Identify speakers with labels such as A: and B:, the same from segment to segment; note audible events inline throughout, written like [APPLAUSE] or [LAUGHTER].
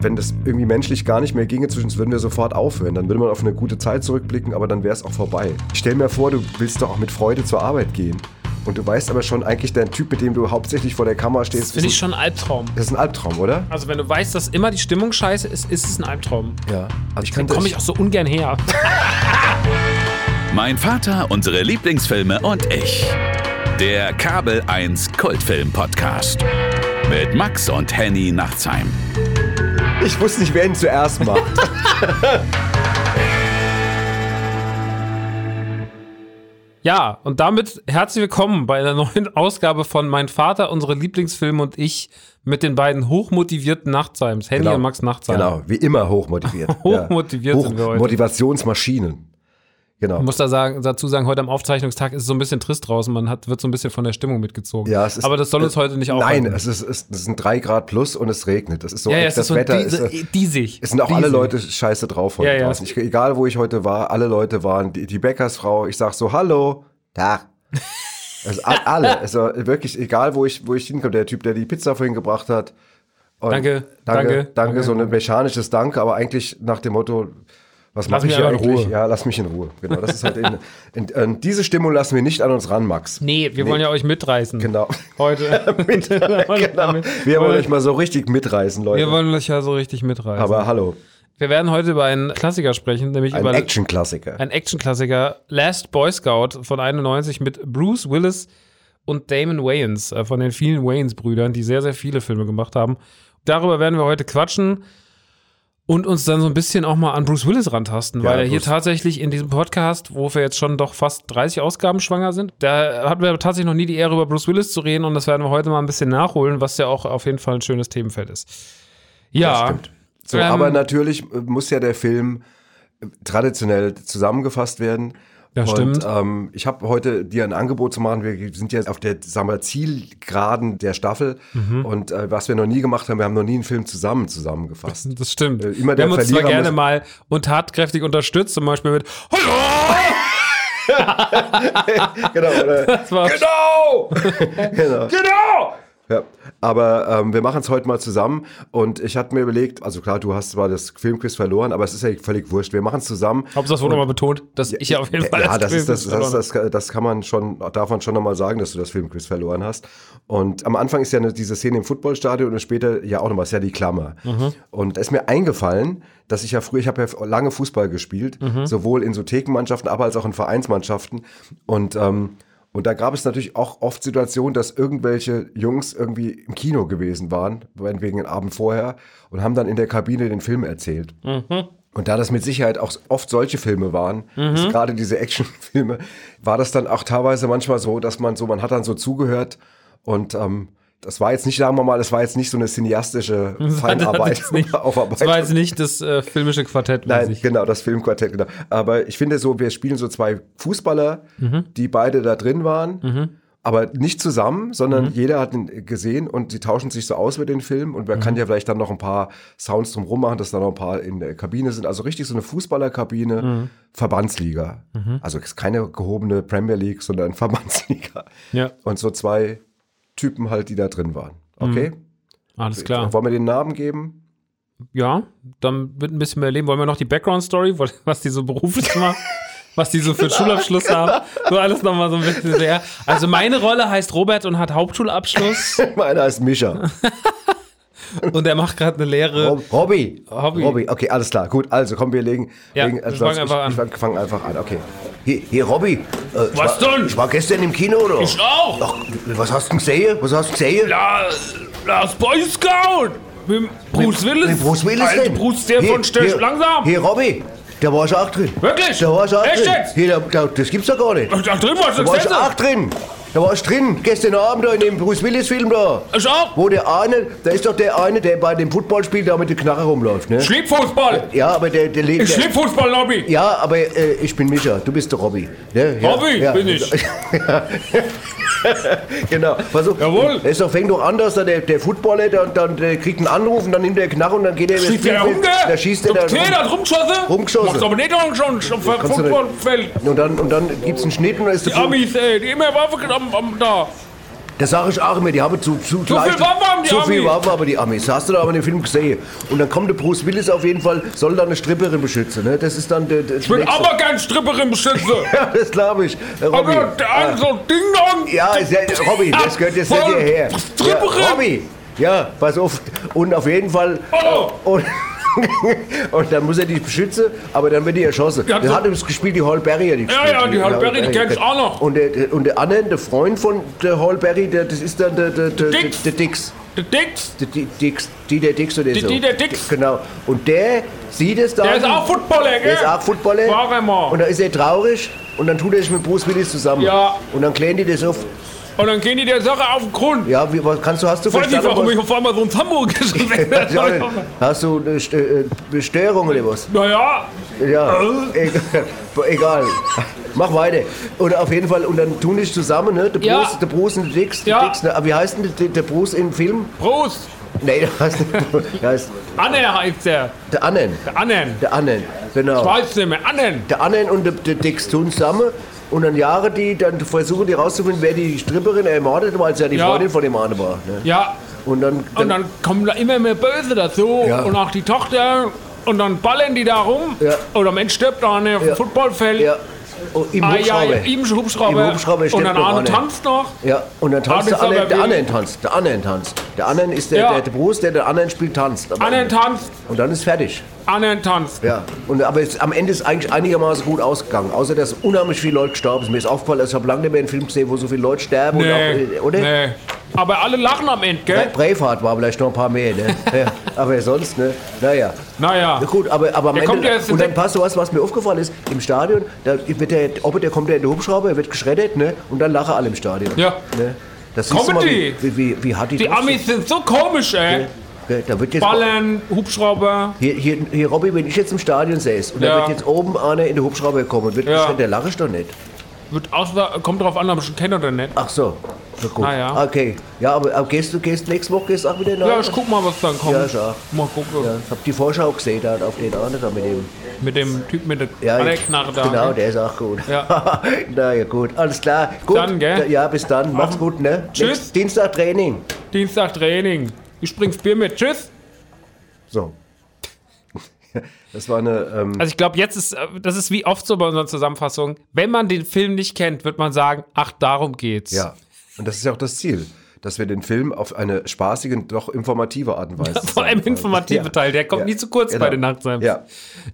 A: wenn das irgendwie menschlich gar nicht mehr ginge zwischen uns, würden wir sofort aufhören. Dann würde man auf eine gute Zeit zurückblicken, aber dann wäre es auch vorbei. Ich stell mir vor, du willst doch auch mit Freude zur Arbeit gehen. Und du weißt aber schon eigentlich, dein Typ, mit dem du hauptsächlich vor der Kamera stehst,
B: Das finde
A: ist
B: ich
A: ein,
B: schon ein Albtraum.
A: das ist ein Albtraum, oder?
B: Also wenn du weißt, dass immer die Stimmung scheiße ist, ist es ein Albtraum.
A: Ja. Also ich
B: Dann
A: könnte,
B: komme ich auch so ungern her.
C: Mein Vater, unsere Lieblingsfilme und ich. Der Kabel 1 Kultfilm Podcast. Mit Max und Henny Nachtsheim.
A: [LAUGHS] ich wusste nicht, wer ihn
B: [LAUGHS]
A: zuerst macht.
B: Ja, und damit herzlich willkommen bei einer neuen [LAUGHS] Ausgabe von Mein Vater, unsere Lieblingsfilme und ich mit den beiden hochmotivierten Nachtseims, Henny und Max Nachtsheim.
A: Genau, wie immer
B: [LAUGHS]
A: hochmotiviert.
B: Hochmotiviert sind wir heute.
A: Motivationsmaschinen. Genau.
B: Ich muss da sagen, dazu sagen, heute am Aufzeichnungstag ist es so ein bisschen trist draußen. Man hat, wird so ein bisschen von der Stimmung mitgezogen.
A: Ja, es ist,
B: Aber das soll uns
A: es-
B: heute nicht
A: Nein,
B: aufhalten.
A: es, ist, es es sind drei Grad plus und es regnet. Das ist so,
B: ja, ja,
A: das
B: es ist so
A: Wetter
B: diese,
A: ist. äh,
B: diesig.
A: Es sind auch
B: diesig.
A: alle Leute scheiße drauf heute
B: Ja, ja.
A: draußen. Ich, egal, wo ich heute war, alle Leute waren. Die, die Bäckersfrau, ich sag so, hallo,
B: [LAUGHS]
A: Tag. Also a- alle. Also wirklich, egal, wo ich, wo ich hinkomme. Der Typ, der die Pizza vorhin gebracht hat. Und
B: Danke,
A: danke,
B: danke,
A: danke.
B: danke.
A: so ein mechanisches Danke, aber eigentlich nach dem Motto, was
B: Lass
A: mache ich
B: mich
A: hier
B: aber in
A: eigentlich?
B: Ruhe.
A: Ja, lass mich in Ruhe. Genau, das ist halt eben. in, in, diese Stimmung lassen wir nicht an uns ran, Max.
B: Nee, wir wollen ja euch mitreißen.
A: Genau.
B: Heute.
A: [LAUGHS]
B: [LAUGHS]
A: Mit, genau. Wir wollen euch mal so richtig mitreißen, Leute.
B: wir wollen euch ja so richtig mitreißen.
A: aber hallo,
B: wir werden heute über einen Klassiker sprechen, nämlich
A: ein
B: über
A: Action-Klassiker.
B: ein Action-Klassiker, Last Boy Scout von 91 mit Bruce Willis und Damon Wayans, äh, von den vielen Wayans-Brüdern, die sehr, sehr viele Filme gemacht haben. Darüber werden wir heute quatschen und uns dann so ein bisschen auch mal an Bruce Willis rantasten,
A: Ja,
B: weil er hier
A: Bruce-
B: tatsächlich in diesem Podcast, wo wir jetzt schon doch fast 30 Ausgaben schwanger sind, da hatten wir tatsächlich noch nie die Ehre, über Bruce Willis zu reden und das werden wir heute mal ein bisschen nachholen, was ja auch auf jeden Fall ein schönes Themenfeld ist. Ja,
A: stimmt. So,
B: ähm,
A: aber natürlich äh, muss ja der Film äh, traditionell zusammengefasst werden.
B: Ja,
A: und,
B: stimmt.
A: Ähm, ich habe heute dir ein Angebot zu machen. Wir sind jetzt auf der sagen wir, Zielgeraden der Staffel.
B: Mhm.
A: Und äh, was wir noch nie gemacht haben, wir haben noch nie einen Film zusammen
B: [LAUGHS]
A: zusammengefasst.
B: Das stimmt.
A: Äh, immer
B: wir
A: der
B: haben uns zwar
A: Verlierer
B: gerne
A: muss-
B: mal und tatkräftig unterstützt, zum Beispiel mit Hallo!
A: genau. Oder,
B: Das war
A: genau! genau.
B: genau!
A: Ja, aber ähm, wir machen es heute mal zusammen und ich hatte mir überlegt, also klar, du hast zwar das Filmquiz verloren, aber es ist ja völlig wurscht. Wir machen es zusammen.
B: Hauptsache, es wurde nochmal betont, dass ich ja auf jeden Fall
A: Äh, Ja, das, ist, das,
B: Gewinnspiel
A: das,
B: verloren
A: das, das, kann man schon, darf man schon nochmal sagen, dass du das Filmquiz verloren hast. Und am Anfang ist ja eine, diese Szene im Footballstadion und später ja auch nochmal, ist ja die Klammer.
B: Mhm.
A: Und da ist mir eingefallen, dass ich ja früher, ich habe ja lange Fußball gespielt,
B: Mhm.
A: sowohl in so Thekenmannschaften, aber als auch in Vereinsmannschaften. Und, ähm, und da gab es natürlich auch oft Situationen, dass irgendwelche Jungs irgendwie im Kino gewesen waren, meinetwegen den Abend vorher, und haben dann in der Kabine den Film erzählt. Und da das mit Sicherheit auch oft solche Filme waren,
B: Mhm.
A: ist gerade diese Actionfilme, war das dann auch teilweise manchmal so, dass man so, man hat dann so zugehört und ähm, das war jetzt nicht, sagen wir mal, das war jetzt nicht so eine cineastische Feinarbeit,
B: [LAUGHS]
A: [LAUGHS]
B: Das, nicht, das war jetzt nicht das äh, filmische Quartett.
A: Nein,
B: mäßig.
A: genau, das Filmquartett, genau. Aber ich finde so, wir spielen so zwei Fußballer, die beide da drin waren, aber nicht zusammen, sondern jeder hat ihn gesehen und sie tauschen sich so aus mit den Film und man kann ja vielleicht dann noch ein paar Sounds drumrum machen, dass da noch ein paar in der Kabine sind. Also richtig so eine Fußballerkabine, Verbandsliga. Also es ist keine gehobene Premier League, sondern [LAUGHS] Verbandsliga.
B: Ja,
A: Und so zwei Typen halt, die da drin waren. Okay?
B: alles klar.
A: Wollen wir den Namen geben? [LAUGHS]
B: Ja, dann wird ein bisschen mehr Leben. Wollen wir noch die Background-Story, wo- was die so
A: [LAUGHS]
B: beruflich machen? Was die so für einen Schulabschluss
A: Genau.
B: haben. So alles nochmal so ein bisschen sehr. Also meine Rolle heißt Robert und hat
A: [LAUGHS]
B: Hauptschulabschluss
A: Meiner ist Mischa.
B: und er macht gerade eine Lehre.
A: Rob- Robby.
B: Hobby.
A: Robby, okay, alles klar. Gut, also komm, wir legen.
B: Ja,
A: legen
B: wir
D: also
B: fangen
A: ich,
B: einfach
A: Ich, ich fange einfach an, okay.
D: Hier, hier Robby. Äh, ich
B: Was
D: war,
B: denn?
D: Ich war gestern im Kino, oder?
B: Ich auch.
D: Ach, was hast du denn gesehen? Was hast du gesehen?
B: Ja, das Boy Scout! Mit Bruce Willis?
D: Den Bruce Willis
B: Alter,
D: denn?
B: Bruce, der von Stich,
D: hier,
B: langsam!
D: Hier, Robby. Da war ich auch drin.
B: Wirklich?
D: Da war ich auch
B: Echt
D: drin.
B: jetzt?
D: Hier, da, da, das gibt's doch gar nicht.
B: Da drin war
D: Da war ich
B: Sensor.
D: auch drin. Da war ich drin. Gestern Abend da in dem Bruce Willis-Film da.
B: Ich auch!
D: Wo der eine, da ist doch der eine, der bei dem Footballspiel da mit der Knarre rumläuft, ne?
B: Ich lieb Fußball!
D: Ja, aber der, der lebt.
B: Ich lieb Fußball, Lobby!
D: Ja, aber äh, ich bin Micha, du bist der Robby. Ne? Ja,
B: Robby
D: ja.
B: bin ich.
D: [LAUGHS] genau. Versuch,
B: Jawohl.
D: Es doch, fängt doch an, dass da der, der Footballer dann, dann der kriegt einen Anruf und dann nimmt er Knarre und dann geht er
B: Schießt der da rum, gell?
D: Da schießt er
B: Und
D: da
B: Kleid
D: rum.
B: hat rumgeschossen?
D: Rumgeschossen.
B: Macht's aber nicht auch schon schon auf dem
D: Kannst du nicht-
B: Fußballfeld.
D: Und dann, und dann gibt's einen Schnitt und dann ist
B: Die
D: der Fo-
B: Amis, ey, die immer Waffe am, am da.
A: Das sage ich auch immer, die haben zu, zu,
B: viel Waffe haben die
A: zu viel
B: Amis.
A: Waffe haben die Amis. Hast du da aber den Film gesehen? Und dann kommt der Bruce Willis auf jeden Fall, soll da eine Stripperin beschützen. Ne? Das ist dann der, der
B: Ich bin
D: [LAUGHS]
B: aber kein Stripperin beschütze.
A: Ja, das glaube ich. Äh, Robby.
B: Aber der
D: Ah.
B: eine so Ding Dong.
A: Ja, ist ja, Robby, das gehört jetzt nicht
B: Voll
A: hierher.
B: Stripperin.
A: Ja, Robby, ja, pass auf. Und auf jeden Fall.
B: Oh.
A: Und, [LAUGHS] und dann muss er die beschützen, aber dann wird die erschossen.
B: Ja,
A: das
B: so-
A: hat übrigens gespielt, die Hall Berry. Die
B: Ja, ja, die Hall Berry, die kenn ich auch noch.
A: Und der, der- und der andere, der Freund von der Hall Berry, der, das ist dann der, der, der,
B: Dix.
A: der Dix.
B: Der Dix,
A: Der Di- Dix, Dieter Dix oder
B: Die-
A: so.
B: Dieter Dix.
A: Genau. Und der sieht es dann.
B: der ist auch Footballer, gell?
A: Der ist auch Footballer.
B: War er mal.
A: Und da ist er traurig und dann tut er sich mit Bruce Willis zusammen.
B: Ja.
A: Und dann klären die das auf.
B: Und dann gehen die der Sache auf den Grund.
A: Ja, wie, was kannst du, hast du
B: Ich weiß nicht,
A: verstanden,
B: warum
A: was-
B: ich auf einmal so ins Hamburg [LAUGHS] geschrieben
A: Weiß ich auch nicht. Hast du eine St- äh, eine Störung oder was?
B: Naja,
A: Ja,
B: Äh.
A: egal. [LAUGHS] egal. Mach weiter. Oder auf jeden Fall, und dann tun die sich zusammen, ne? Der Bruce,
B: Ja.
A: der Bruce und der Dix. der
B: Ja.
A: Dix, ne? Aber Wie heißt denn der, der Bruce im Film?
B: Prost.
A: Nee, [LAUGHS] der heißt nicht. Der heißt
B: Annen heißt der.
A: der Annen.
B: Der Annen.
A: Der Annen, genau.
B: Ich weiß nicht mehr. Annen.
A: Der Annen und der, der Dix tun zusammen. Und dann Jahre die, dann versuchen die rauszufinden, wer die Stripperin ermordet, weil es ja die
B: Ja.
A: Freundin von dem Annen war. Ne?
B: Ja.
A: Und dann,
B: Und dann kommen da immer mehr Böse dazu.
A: Ja.
B: Und auch die Tochter. Und dann ballern die da rum.
A: Ja.
B: Und am Ende stirbt eine auf dem
A: Ja.
B: Footballfeld.
A: ja, oh, im
B: Ah, ja,
A: Hubschrauber.
B: im Hubschrauber.
A: Im Hubschrauber
B: und
A: stirbt
B: dann
A: noch
B: Arne
A: eine.
B: tanzt noch.
A: Ja, und dann tanzt
B: Ah, das
A: der andere,
B: aber
A: der
B: wie-
A: andere tanzt, der andere tanzt. Der andere ist der,
B: Ja.
A: der, der Bruce, der den anderen spielt, tanzt. am
B: Annen
A: Ende.
B: tanzt.
A: Und dann ist fertig.
B: Annen tanzt.
A: Ja. Und, aber es, am Ende ist eigentlich einigermaßen gut ausgegangen. Außer, dass unheimlich viele Leute gestorben sind. Mir ist aufgefallen, also ich habe lange nicht mehr einen Film gesehen, wo so viele Leute sterben. Und auch,
B: Nee.
A: äh, oder?
B: Nee. Aber alle lachen am Ende,
A: Bra-
B: gell?
A: Braveheart war vielleicht noch ein paar mehr,
B: [LAUGHS]
A: ne? ja, aber sonst, ne? Naja.
B: Naja.
A: Na gut, aber, aber am
B: Der
A: Ende.
B: kommt ja erst in
A: und dann
B: sech-
A: passt so was, was mir aufgefallen ist, im Stadion, da wird der, ob der kommt der in den Hubschrauber, er wird geschreddert, ne? Und dann lachen alle im Stadion.
B: Ja.
A: Ne? Das siehst du mal,
B: Comedy.
A: wie, wie, wie, wie hat die
B: Die
A: das-
B: Amis sind so komisch, ey.
A: Gell, Da wird jetzt
B: Ballern, Hubschrauber.
A: Hier, hier, hier, Robby, wenn ich jetzt im Stadion säß und
B: Ja.
A: da wird jetzt oben einer in den Hubschrauber kommen und wird
B: Ja.
A: geschreddert, der lache ich doch nicht.
B: Wird außer, kommt drauf an, ob ich ihn kenne oder nicht.
A: Ach so. Na gut.
B: Ah, ja.
A: Okay. Ja, aber, aber gehst du gehst nächste Woche gehst auch wieder nach?
B: Ja, ich guck mal, was dann kommt.
A: Ja, schau.
B: Mal gucken.
A: Ja, ich hab die Vorschau gesehen da auf den anderen da mit dem.
B: Mit dem Typ mit der
A: Ja,
B: ja, Knarre da.
A: Genau, der ist auch gut.
B: ne? Ja.
A: [LAUGHS] Na ja, gut. Alles klar. Gut.
B: Dann, gell?
A: Ja, bis dann. Macht's gut, ne?
B: Tschüss.
A: Nächst- Dienstag Training.
B: Dienstag Training. Ich bring's Bier mit. Tschüss.
E: So. Das war eine. Ähm,
B: Also ich glaube, jetzt ist, äh, das ist wie oft so bei unseren Zusammenfassungen. Wenn man den Film nicht kennt, wird man sagen, ach, darum geht's.
E: ja. Und das ist ja auch das Ziel, dass wir den Film auf eine spaßige und doch informative Art und Weise.
B: Vor allem
E: zusammenfassen.
B: informative
E: Ja.
B: Teil, der kommt
E: Ja.
B: nie zu kurz
E: Genau.
B: bei den Nachtseins.
E: Ja.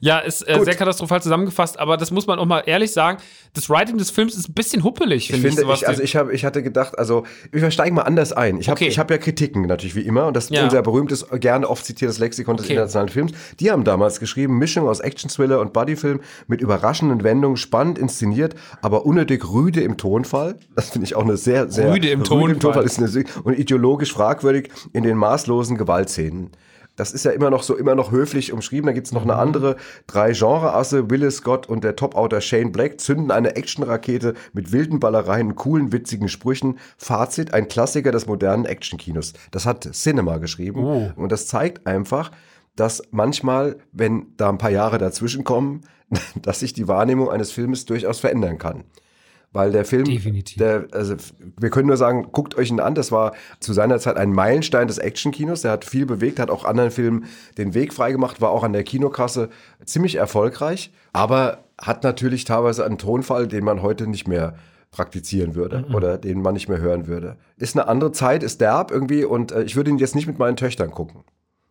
B: Ja, ist äh, sehr katastrophal zusammengefasst, aber das muss man auch mal ehrlich sagen. Das Writing des Films ist ein bisschen huppelig,
E: Ich
B: finde ich.
E: finde,
B: sowas
E: ich, also ich, hab, ich hatte gedacht, also wir steigen mal anders ein. Ich habe
B: Okay.
E: ich hab ja Kritiken natürlich wie immer und das ist
B: Ja.
E: unser berühmtes, gerne oft zitiertes Lexikon des
B: Okay.
E: internationalen Films. Die haben damals geschrieben, Mischung aus Action-Thriller und Bodyfilm mit überraschenden Wendungen, spannend inszeniert, aber unnötig rüde im Tonfall. Das finde ich auch eine sehr, sehr
B: Rüde im Tonfall.
E: ist eine, Sü- und ideologisch fragwürdig in den maßlosen Gewaltszenen. Das ist ja immer noch so, immer noch höflich umschrieben. Da gibt es noch
B: Mhm.
E: eine andere. Drei Genre-Asse, Willis Scott und der Top-Outer Shane Black zünden eine Actionrakete mit wilden Ballereien, coolen, witzigen Sprüchen. Fazit, ein Klassiker des modernen Actionkinos. Das hat Cinema geschrieben.
B: Oh.
E: Und das zeigt einfach, dass manchmal, wenn da ein paar Jahre dazwischen kommen, [LAUGHS] dass sich die Wahrnehmung eines Filmes durchaus verändern kann. Weil der Film,
B: Definitiv.
E: Der, also f- wir können nur sagen, guckt euch ihn an. Das war zu seiner Zeit ein Meilenstein des Actionkinos. Der hat viel bewegt, hat auch anderen Filmen den Weg freigemacht, war auch an der Kinokasse ziemlich erfolgreich, aber hat natürlich teilweise einen Tonfall, den man heute nicht mehr praktizieren würde oder den man nicht mehr hören würde. Ist eine andere Zeit, ist derb irgendwie und äh, ich würde ihn jetzt nicht mit meinen Töchtern gucken.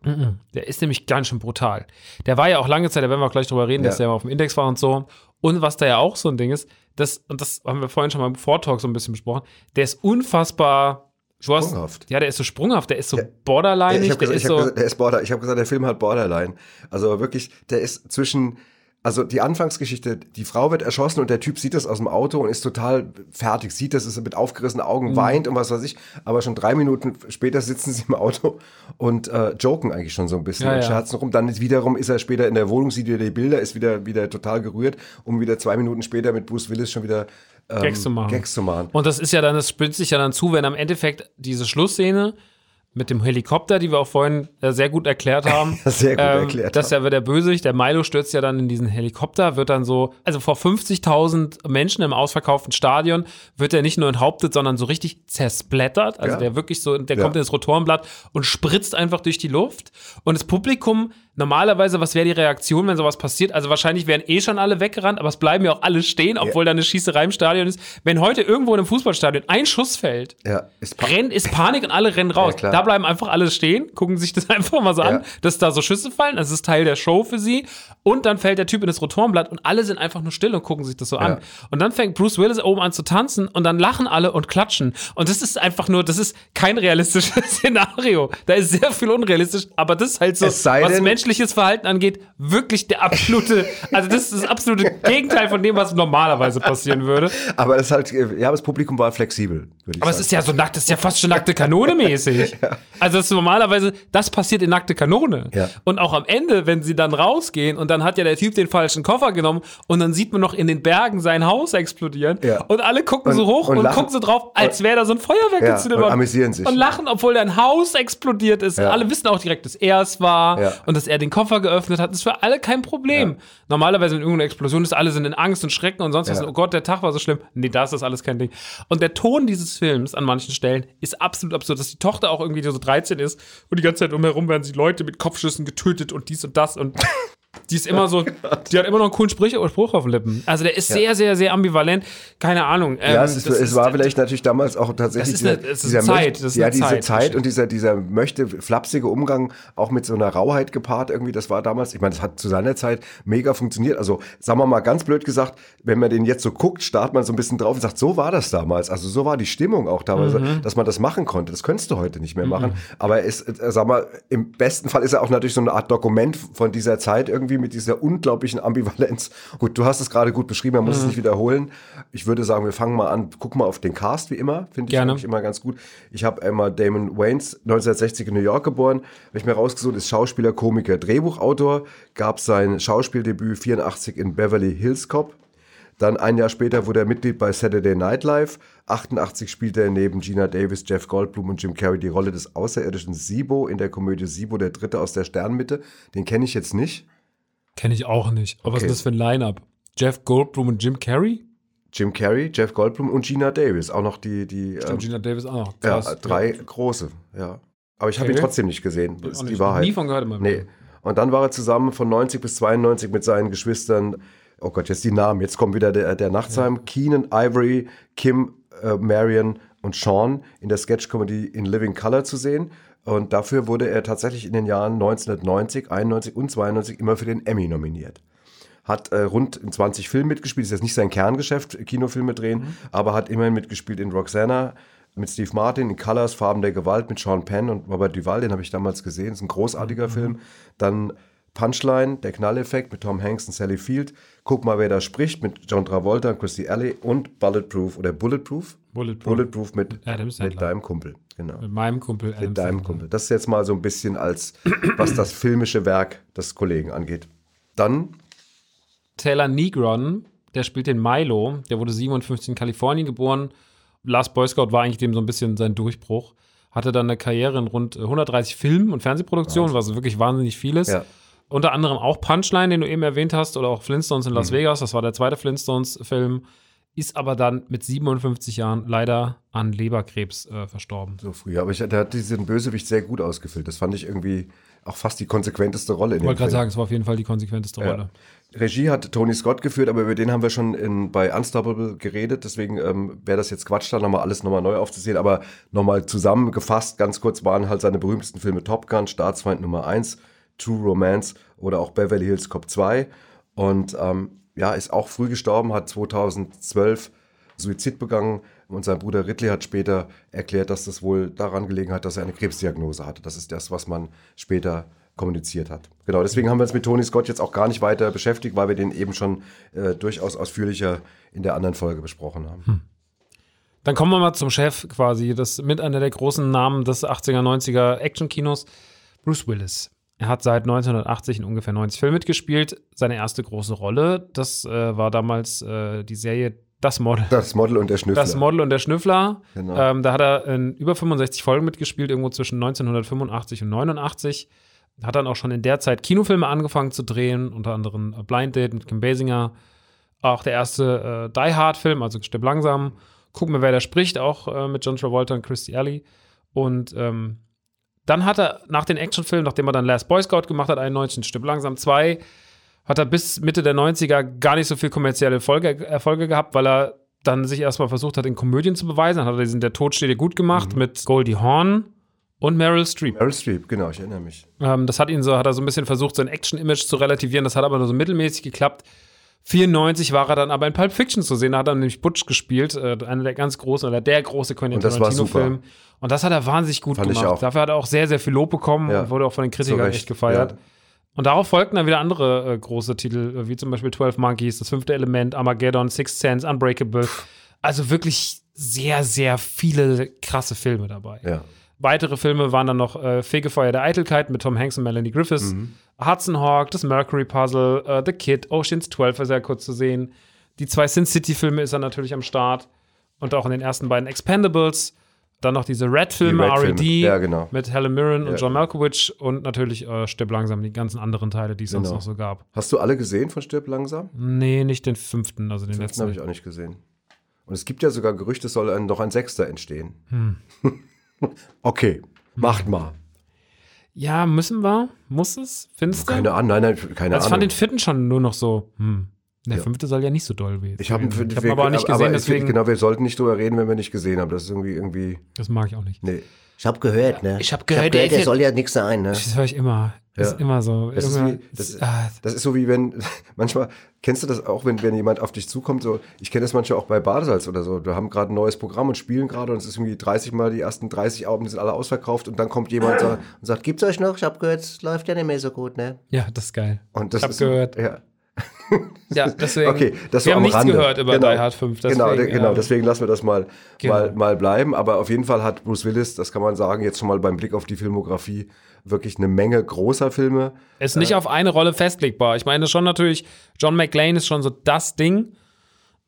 E: Mhm.
B: Der ist nämlich ganz schön brutal. Der war ja auch lange Zeit, da werden wir auch gleich drüber reden,
E: Ja.
B: dass der mal auf dem Index war und so. Und was da ja auch so ein Ding ist, das, und das haben wir vorhin schon mal im Vortalk so ein bisschen besprochen, der ist unfassbar. Du hast,
E: Sprunghaft.
B: Ja, der ist so sprunghaft, der ist so borderline,
E: Ich
B: der,
E: habe gesagt,
B: ist
E: ich hab
B: so.
E: gesagt, der ist Border. Ich habe gesagt, der Film hat Borderline. Also wirklich, der ist zwischen, also die Anfangsgeschichte, die Frau wird erschossen und der Typ sieht das aus dem Auto und ist total fertig, sieht das, ist mit aufgerissenen Augen,
B: Mhm.
E: weint und was weiß ich. Aber schon drei Minuten später sitzen sie im Auto und äh, joken eigentlich schon so ein bisschen
B: Ja,
E: und
B: ja.
E: scherzen rum. Dann ist wiederum ist er später in der Wohnung, sieht wieder die Bilder, ist wieder wieder total gerührt, um wieder zwei Minuten später mit Bruce Willis schon wieder ähm,
B: Gags zu machen.
E: Gags zu machen.
B: und das ist ja dann, das spitzt sich ja dann zu, wenn am Endeffekt diese Schlussszene mit dem Helikopter, die wir auch vorhin äh, sehr gut erklärt haben.
E: [LAUGHS]
B: ähm,
E: Sehr gut erklärt,
B: Das ist ja der Bösewicht, der Milo stürzt ja dann in diesen Helikopter, wird dann so, also vor 50.000 Menschen im ausverkauften Stadion wird er nicht nur enthauptet, sondern so richtig zersplättert. Also
E: Ja.
B: der wirklich so, der
E: Ja.
B: kommt ins Rotorenblatt und spritzt einfach durch die Luft. Und das Publikum, normalerweise, was wäre die Reaktion, wenn sowas passiert? Also wahrscheinlich wären eh schon alle weggerannt, aber es bleiben ja auch alle stehen, obwohl da eine Schießerei im Stadion ist. Wenn heute irgendwo in einem Fußballstadion ein Schuss fällt,
E: Ja, ist pa-
B: Rennt ist Panik und alle rennen raus.
E: Ja, klar.
B: da bleiben einfach alle stehen, gucken sich das [LAUGHS] einfach mal so an,
E: Ja.
B: dass da so Schüsse fallen. Das ist Teil der Show für sie. Und dann fällt der Typ in das Rotorenblatt und alle sind einfach nur still und gucken sich das so an. Und dann fängt Bruce Willis oben an zu tanzen und dann lachen alle und klatschen. Und das ist einfach nur, das ist kein realistisches [LAUGHS] Szenario. Da ist sehr viel unrealistisch, aber das ist halt so,
E: Es sei
B: was
E: denn-
B: menschliches Verhalten angeht, wirklich der absolute, also das ist das absolute
E: [LAUGHS]
B: Gegenteil von dem, was normalerweise passieren würde.
E: aber das ist halt, äh, ja, das Publikum war flexibel, würde ich
B: Aber es
E: sagen.
B: ist ja so nackt, das ist ja fast schon nackte
E: [LAUGHS]
B: Kanone mäßig. Also das ist normalerweise, das passiert in nackte Kanone.
E: Ja.
B: Und auch am Ende, wenn sie dann rausgehen und dann hat ja der Typ den falschen Koffer genommen und dann sieht man noch in den Bergen sein Haus explodieren
E: Ja.
B: und alle gucken so
E: Und-
B: hoch und,
E: und lachen.
B: gucken so drauf, als wäre da so ein Feuerwerk
E: Ja,
B: gezündet
E: und
B: worden.
E: amüsieren sich.
B: Und lachen, obwohl dein Haus explodiert ist.
E: Ja.
B: Alle wissen auch direkt, dass er es war
E: Ja.
B: und dass er den Koffer geöffnet hat. Das ist für alle kein Problem. Normalerweise, wenn irgendeine Explosion ist, alle sind in Angst und Schrecken und sonst was.
E: Ja.
B: Oh Gott, der Tag war so schlimm. Nee, da ist das alles kein Ding. Und der Ton dieses Films an manchen Stellen ist absolut absurd, dass die Tochter auch irgendwie so 13 ist und die ganze Zeit umherum werden sie Leute mit Kopfschüssen getötet und dies und das und die ist
E: [LAUGHS] Oh
B: immer so, die hat immer noch einen coolen Sprich, Spruch auf den Lippen. Also der ist sehr, sehr, sehr ambivalent. Keine Ahnung. Ähm,
E: Ja, es, ist,
B: das
E: es war vielleicht natürlich damals auch tatsächlich
B: Das ist eine-
E: dieser-
B: es ist
E: dieser
B: Zeit,
E: Möchte-
B: das ist
E: ja,
B: eine
E: diese
B: Zeit,
E: Zeit,
B: verstehe.
E: und dieser, dieser möchte flapsige Umgang auch mit so einer Rauheit gepaart irgendwie, das war damals, ich meine, das hat zu seiner Zeit mega funktioniert. Also, sagen wir mal ganz blöd gesagt, wenn man den jetzt so guckt, starrt man so ein bisschen drauf und sagt, so war das damals. Also, so war die Stimmung auch teilweise, dass man das machen konnte. Das könntest du heute nicht mehr machen. Aber es, äh, sag mal, im besten Fall ist er auch natürlich so eine Art Dokument von dieser Zeit irgendwie mit dieser unglaublichen Ambivalenz. Gut, du hast es gerade gut beschrieben, man muss es nicht wiederholen. Ich würde sagen, wir fangen mal an, gucken mal auf den Cast wie immer, finde ich
B: Gerne.
E: eigentlich immer ganz gut. Ich habe einmal Damon Waynes, 1960 in New York geboren, habe ich mir rausgesucht, ist Schauspieler, Komiker, Drehbuchautor, gab sein Schauspieldebüt 84 in Beverly Hills Cop. Dann ein Jahr später wurde er Mitglied bei Saturday Night Live. 88 spielte er neben Gina Davis, Jeff Goldblum und Jim Carrey die Rolle des außerirdischen Sibo in der Komödie Sibo, der Dritte aus der Sternmitte. Den kenne ich jetzt nicht.
B: Kenne ich auch nicht. Aber was
E: Okay.
B: ist das für ein Line-Up? Jeff Goldblum und Jim Carrey?
E: Jim Carrey, Jeff Goldblum und Gina Davis. Auch noch die, die
B: Stimmt,
E: ähm,
B: Gina Davis auch noch.
E: ja,
B: Krass.
E: drei große. Ja. Aber ich habe
B: Okay.
E: ihn trotzdem nicht gesehen. Das
B: Auch
E: ist
B: nicht.
E: die Wahrheit.
B: Nie von gehört immer.
E: Nee. Und dann war er zusammen von 90 bis 92 mit seinen Geschwistern. Oh Gott, jetzt die Namen. Jetzt kommt wieder der, der Nachtsheim. Keenan, Ivory, Kim, äh, Marion und Sean in der Sketch-Comedy In Living Color zu sehen. Und dafür wurde er tatsächlich in den Jahren 1990, 91 und 92 immer für den Emmy nominiert. Hat äh, rund in 20 Filmen mitgespielt, ist jetzt nicht sein Kerngeschäft, äh, Kinofilme drehen,
B: Mhm.
E: aber hat immerhin mitgespielt in Roxana, mit Steve Martin, in Colors, Farben der Gewalt, mit Sean Penn und Robert Duvall, den habe ich damals gesehen, ist ein
B: Mhm.
E: großartiger Film. Dann Punchline, der Knalleffekt mit Tom Hanks und Sally Field. Guck mal, wer da spricht, mit John Travolta und Christy Alley und Bulletproof oder Bulletproof?
B: Bulletproof.
E: Bulletproof mit,
B: Adam
E: mit
B: Sandler.
E: deinem Kumpel, genau.
B: Mit meinem Kumpel. Adam
E: Mit
B: Sandler.
E: deinem Kumpel. Das ist jetzt mal so ein bisschen als, was das filmische Werk des Kollegen angeht. Dann
B: Taylor Negron, der spielt den Milo, der wurde 57 in Kalifornien geboren. Last Boy Scout war eigentlich dem so ein bisschen sein Durchbruch. Hatte dann eine Karriere in rund 130 Filmen und Fernsehproduktionen, was wirklich wahnsinnig viel ist.
E: Ja.
B: Unter anderem auch Punchline, den du eben erwähnt hast, oder auch Flintstones in Las
E: Mhm.
B: Vegas, das war der zweite Flintstones-Film, ist aber dann mit 57 Jahren leider an Leberkrebs äh, verstorben.
E: so früh, aber ich, der hat diesen Bösewicht sehr gut ausgefüllt. Das fand ich irgendwie auch fast die konsequenteste Rolle in
B: Ich
E: dem
B: wollte gerade
E: Film.
B: sagen, es war auf jeden Fall die konsequenteste Rolle.
E: Regie hat Tony Scott geführt, aber über den haben wir schon in, bei Unstoppable geredet. Deswegen ähm, wäre das jetzt Quatsch, da nochmal alles nochmal neu aufzusehen. Aber nochmal zusammengefasst, ganz kurz waren halt seine berühmtesten Filme Top Gun, Staatsfeind Nummer 1, True Romance oder auch Beverly Hills Cop 2. Und ähm, ja, ist auch früh gestorben, hat 2012 Suizid begangen. Und sein Bruder Ridley hat später erklärt, dass das wohl daran gelegen hat, dass er eine Krebsdiagnose hatte. Das ist das, was man später kommuniziert hat. Genau, deswegen haben wir uns mit Tony Scott jetzt auch gar nicht weiter beschäftigt, weil wir den eben schon äh, durchaus ausführlicher in der anderen Folge besprochen haben.
B: Hm. Dann kommen wir mal zum Chef quasi, das mit einer der großen Namen des 80er, 90er Actionkinos, Bruce Willis. Er hat seit 1980 in ungefähr 90 Filmen mitgespielt. Seine erste große Rolle, das äh, war damals äh, die Serie Das Model.
E: Das Model und der Schnüffler.
B: Das Model und der Schnüffler.
E: Genau.
B: Ähm, da hat er in über 65 Folgen mitgespielt, irgendwo zwischen 1985 und 89. Hat dann auch schon in der Zeit Kinofilme angefangen zu drehen, unter anderem äh, Blind Date mit Kim Basinger. Auch der erste äh, Die Hard-Film, also Stirb langsam. Guck mir, wer da spricht, auch äh, mit John Travolta und Christy Alley. Und ähm, dann hat er nach den Actionfilmen, nachdem er dann Last Boy Scout gemacht hat, 91 Stück langsam zwei, hat er bis Mitte der 90er gar nicht so viel kommerzielle Erfolge, Erfolge gehabt, weil er dann sich erstmal versucht hat, in Komödien zu beweisen. Dann hat er diesen Der Tod steht dir gut gemacht mit Goldie Hawn und Meryl Streep.
E: Meryl Streep, genau, ich erinnere mich.
B: Ähm, das hat ihn so, hat er so ein bisschen versucht, sein Action-Image zu relativieren. Das hat aber nur so mittelmäßig geklappt. 94 war er dann aber in Pulp Fiction zu sehen. Da hat er nämlich Butch gespielt, äh, einer der ganz großen oder der große Quentin
E: Und das war super.
B: Tarantino-Film. Und das hat er wahnsinnig gut
E: Fand ich
B: gemacht.
E: auch.
B: Dafür hat er auch sehr, sehr viel Lob bekommen
E: Ja.
B: und wurde auch von den
E: Zu
B: Kritikern
E: Recht,
B: echt gefeiert.
E: ja.
B: Und darauf folgten dann wieder andere äh, große Titel, äh, wie zum Beispiel 12 Monkeys, das fünfte Element, Armageddon, Sixth Sense, Unbreakable. Also wirklich sehr, sehr viele krasse Filme dabei.
E: Ja.
B: Weitere Filme waren dann noch äh, Fegefeuer der Eitelkeit mit Tom Hanks und Melanie Griffiths,
E: Mhm.
B: Hudson Hawk, das Mercury Puzzle, äh, The Kid, Oceans 12 war sehr kurz zu sehen. Die zwei Sin City-Filme ist er natürlich am Start und auch in den ersten beiden Expendables. Dann noch diese Red-Filme,
E: Die Red-Filme,
B: R.E.D.
E: ja, genau.
B: mit Helen Mirren
E: Ja.
B: und John Malkovich und natürlich äh, Stirb langsam die ganzen anderen Teile, die es sonst
E: Genau.
B: noch so gab.
E: Hast du alle gesehen von Stirb langsam?
B: Nee, nicht den fünften, also den
E: Das habe
B: letzten.
E: ich auch nicht gesehen. Und es gibt ja sogar Gerüchte, es soll ein, noch ein Sechster entstehen.
B: Hm.
E: [LAUGHS] okay, macht mal.
B: Ja, müssen wir? Muss es? Findest du?
E: Keine Ahnung, nein, nein, keine
B: Also ich fand
E: Ahnung.
B: den vierten schon nur noch so, hm. Der fünfte soll ja nicht so doll werden.
E: Ich habe
B: Ich hab ihn aber auch nicht gesehen, deswegen.
E: Genau, wir sollten nicht drüber reden, wenn wir nicht gesehen haben. Das ist irgendwie, irgendwie,
B: Das mag ich auch nicht.
E: nee.
A: Ich hab gehört, ne?
B: Ich hab gehört,
A: der,
B: der-
A: soll ja nix sein, ne?
B: Das höre ich immer. Das
E: Ja.
B: ist immer so.
E: Das ist,
B: Irgendwann-
E: wie, das,
B: ah,
E: das ist so wie wenn, [LAUGHS] manchmal, kennst du das auch, wenn, wenn jemand auf dich zukommt, so, ich kenne das manchmal auch bei Badesalz oder so, wir haben gerade ein neues Programm und spielen gerade und es ist irgendwie 30 Mal, die ersten 30 Abende sind alle ausverkauft und dann kommt
B: [CLEARS THROAT]
E: jemand und sagt,
A: Und sagt, gibt's euch noch? Ich hab gehört, es läuft ja nicht mehr so gut, ne?
B: ja, das ist geil.
E: und das
B: ich habe
E: ist-
B: gehört.
E: Ja, [LAUGHS]
B: Ja, deswegen.
E: Okay, das
B: wir
E: war
B: haben
E: am
B: nichts
E: Rande.
B: gehört über
E: genau.
B: Die Hard 5. Deswegen,
E: genau, de- genau,
B: ähm,
E: deswegen lassen wir das mal,
B: Genau.
E: mal, mal bleiben. Aber auf jeden Fall hat Bruce Willis, das kann man sagen, jetzt schon mal beim Blick auf die Filmografie, wirklich eine Menge großer Filme.
B: Ist nicht auf eine Rolle festlegbar. Ich meine schon natürlich, John McClane ist schon so das Ding.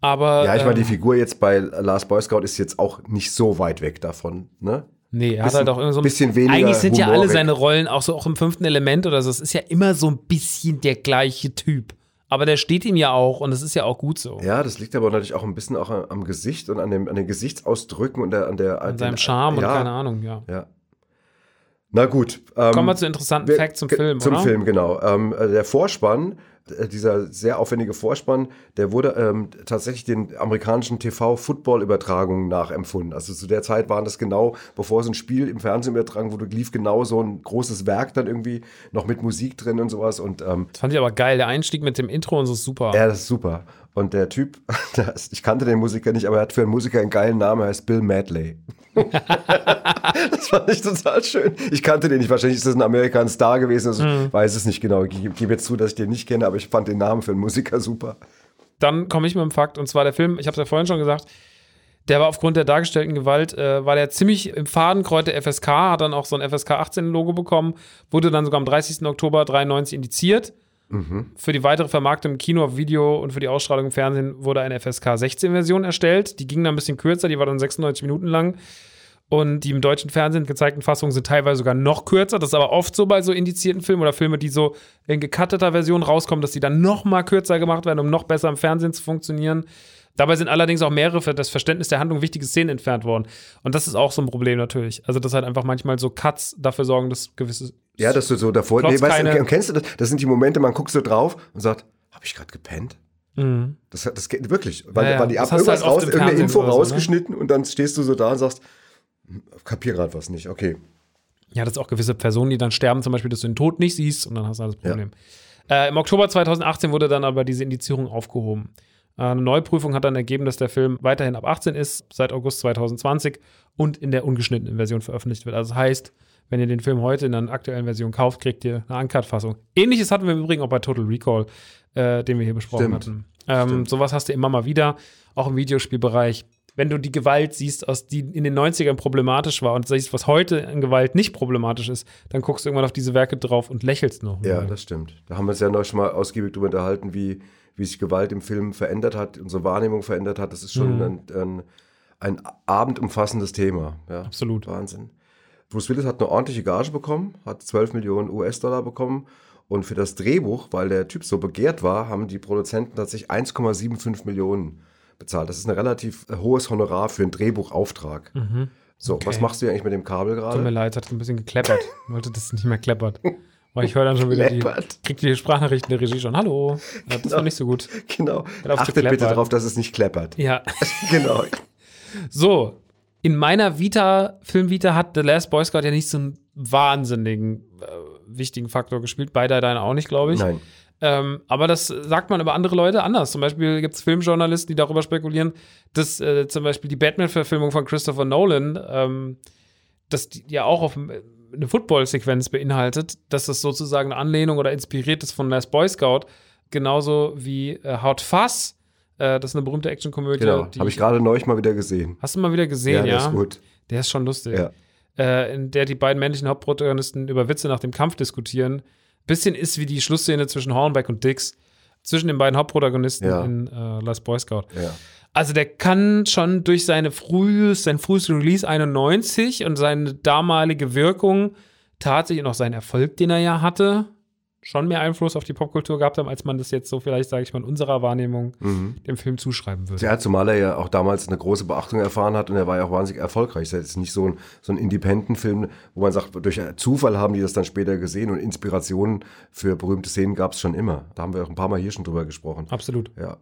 B: Aber.
E: Ja, ich meine, die
B: ähm,
E: Figur jetzt bei Last Boy Scout ist jetzt auch nicht so weit weg davon. Ne?
B: Nee, er
E: bisschen-
B: hat halt auch immer so ein
E: bisschen weniger
B: Eigentlich sind ja alle
E: humorig.
B: seine Rollen auch so auch im fünften Element oder so. Es ist ja immer so ein bisschen der gleiche Typ. Aber der steht ihm ja auch und es ist ja auch gut so.
E: Ja, das liegt aber natürlich auch ein bisschen auch am Gesicht und an, dem, an den Gesichtsausdrücken und der, an der.
B: An seinem Charme
E: ja, Ähm,
B: und keine Ahnung, ja.
E: Ja. Na gut. ähm,
B: Kommen wir zu interessanten
E: Wir-
B: Facts zum
E: ge-
B: Film,
E: Zum
B: oder?
E: Film, genau. Ähm, äh, der Vorspann, äh, dieser sehr aufwendige Vorspann, der wurde ähm, tatsächlich den amerikanischen TV-Football-Übertragungen nachempfunden. Also zu der Zeit waren das genau, bevor so ein Spiel im Fernsehen übertragen wurde, lief genau so ein großes Werk dann irgendwie noch mit Musik drin und sowas. Und ähm,
B: Das fand ich aber geil. Der Einstieg mit dem Intro und so ist super.
E: ja, das ist super. Und der Typ, [LAUGHS] der ist- ich kannte den Musiker nicht, aber er hat für einen Musiker einen geilen Namen, er heißt
B: [LAUGHS]
E: Bill Madley. das fand ich total schön. Ich kannte den nicht, wahrscheinlich ist das ein amerikanischer Star gewesen, also
B: Mhm.
E: ich weiß es nicht genau. Ich ge- gebe jetzt zu, dass ich den nicht kenne, aber ich fand den Namen für einen Musiker super.
B: Dann komme ich mit dem Fakt, und zwar der Film, ich habe es ja vorhin schon gesagt, der war aufgrund der dargestellten Gewalt, äh, war der ziemlich im Fadenkreuz der FSK, hat dann auch so ein FSK 18-Logo bekommen, wurde dann sogar am 30. Oktober 93 indiziert. Für die weitere Vermarktung im Kino, auf Video und für die Ausstrahlung im Fernsehen wurde eine FSK 16-Version erstellt. Die ging dann ein bisschen kürzer, die war dann 96 Minuten lang. Und die im deutschen Fernsehen gezeigten Fassungen sind teilweise sogar noch kürzer. Das ist aber oft so bei so indizierten Filmen oder Filme, die so in gecutteter Version rauskommen, dass die dann noch mal kürzer gemacht werden, um noch besser im Fernsehen zu funktionieren. Dabei sind allerdings auch mehrere für das Verständnis der Handlung wichtige Szenen entfernt worden. Und das ist auch so ein Problem natürlich. Also, dass halt einfach manchmal so Cuts dafür sorgen, dass gewisse.
E: Ja, dass du so davor.
B: Trotz
E: Nee, weißt, du,
B: keine-
E: kennst du das? Das sind die Momente, man guckt so drauf und sagt, habe ich gerade gepennt?
B: Mhm.
E: Das, das geht wirklich. Weil,
B: Ja, ja.
E: weil die
B: Das hast
E: ab
B: du
E: irgendwas
B: halt oft
E: raus,
B: im
E: irgendeine
B: Fernsehen
E: Info
B: oder so, ne?
E: rausgeschnitten und dann stehst du so da und sagst, hm, kapier gerade was nicht. Okay.
B: Ja, dass auch gewisse Personen, die dann sterben, zum Beispiel, dass du den Tod nicht siehst und dann hast du das Problem. Äh, Im Oktober 2018 wurde dann aber diese Indizierung aufgehoben. Äh, eine Neuprüfung hat dann ergeben, dass der Film weiterhin ab 18 ist, seit August 2020 und in der ungeschnittenen Version veröffentlicht wird. Also das heißt, wenn ihr den Film heute in einer aktuellen Version kauft, kriegt ihr eine Uncut-Fassung. Ähnliches hatten wir im Übrigen auch bei Total Recall, äh, den wir hier besprochen
E: Stimmt.
B: hatten. Ähm, sowas hast du immer mal wieder, auch im Videospielbereich. wenn du die Gewalt siehst, aus die in den 90ern problematisch war und siehst, was heute an Gewalt nicht problematisch ist, dann guckst du irgendwann auf diese Werke drauf und lächelst noch. Mhm.
E: Ja, das stimmt. Da haben wir uns ja noch schon mal ausgiebig darüber unterhalten, wie, wie sich Gewalt im Film verändert hat, unsere Wahrnehmung verändert hat. Das ist
B: Mhm.
E: schon ein, ein, ein abendumfassendes Thema. Ja.
B: Absolut.
E: Wahnsinn. Bruce Willis hat eine ordentliche Gage bekommen, hat 12 Millionen US-Dollar bekommen. Und für das Drehbuch, weil der Typ so begehrt war, haben die Produzenten tatsächlich 1,75 Millionen bezahlt. Das ist ein relativ äh, hohes Honorar für einen Drehbuchauftrag. So, was machst du hier eigentlich mit dem Kabel
B: Mhm. Tut mir
E: gerade?
B: leid, es hat ein bisschen
E: [LAUGHS]
B: gekleppert. Ich wollte, dass es nicht mehr kleppert. Weil ich höre dann schon wieder die,
E: Kleppert.
B: kriegt die Sprachnachrichten der Regie schon. Hallo. Ja, das war nicht so gut.
E: [LAUGHS] Genau.
B: auf zu
E: Achtet bitte
B: kleppern.
E: darauf, dass es nicht kleppert. [LAUGHS]
B: Ja.
E: genau.
B: So, in meiner Vita, Filmvita hat The Last Boy Scout ja nicht so einen wahnsinnigen äh, wichtigen Faktor gespielt. Bei deine auch nicht, glaube ich.
E: Nein.
B: Ähm, aber das sagt man über andere Leute anders. Zum Beispiel gibt es Filmjournalisten, die darüber spekulieren, dass äh, zum Beispiel die Batman-Verfilmung von Christopher Nolan, ähm, dass die ja auch auf äh, eine Football-Sequenz beinhaltet, dass das sozusagen eine Anlehnung oder inspiriert ist von Last Boy Scout, genauso wie äh, Hot Fuzz. Äh, das ist eine berühmte Actionkomödie.
E: Genau.
B: die-
E: Habe ich gerade neulich mal wieder gesehen.
B: Hast du mal wieder gesehen, ja?
E: der ist gut.
B: Der ist schon lustig.
E: Ja.
B: Äh, in der die beiden männlichen Hauptprotagonisten über Witze nach dem Kampf diskutieren. Bisschen ist wie die Schlussszene zwischen Hornbeck und Dix. Zwischen den beiden Hauptprotagonisten
E: Ja.
B: in äh, Last Boy Scout.
E: Ja.
B: Also der kann schon durch seine frühes, sein frühes Release 91 und seine damalige Wirkung tatsächlich und auch seinen Erfolg, den er ja hatte, schon mehr Einfluss auf die Popkultur gehabt haben, als man das jetzt so vielleicht, sage ich mal, in unserer Wahrnehmung dem Film zuschreiben würde.
E: Mhm. Ja, zumal er ja auch damals eine große Beachtung erfahren hat und er war ja auch wahnsinnig erfolgreich. Das ist nicht so ein, so ein Independent-Film, wo man sagt, durch Zufall haben die das dann später gesehen und Inspirationen für berühmte Szenen gab es schon immer. Da haben wir auch ein paar Mal hier schon drüber gesprochen.
B: Absolut.
E: Ja.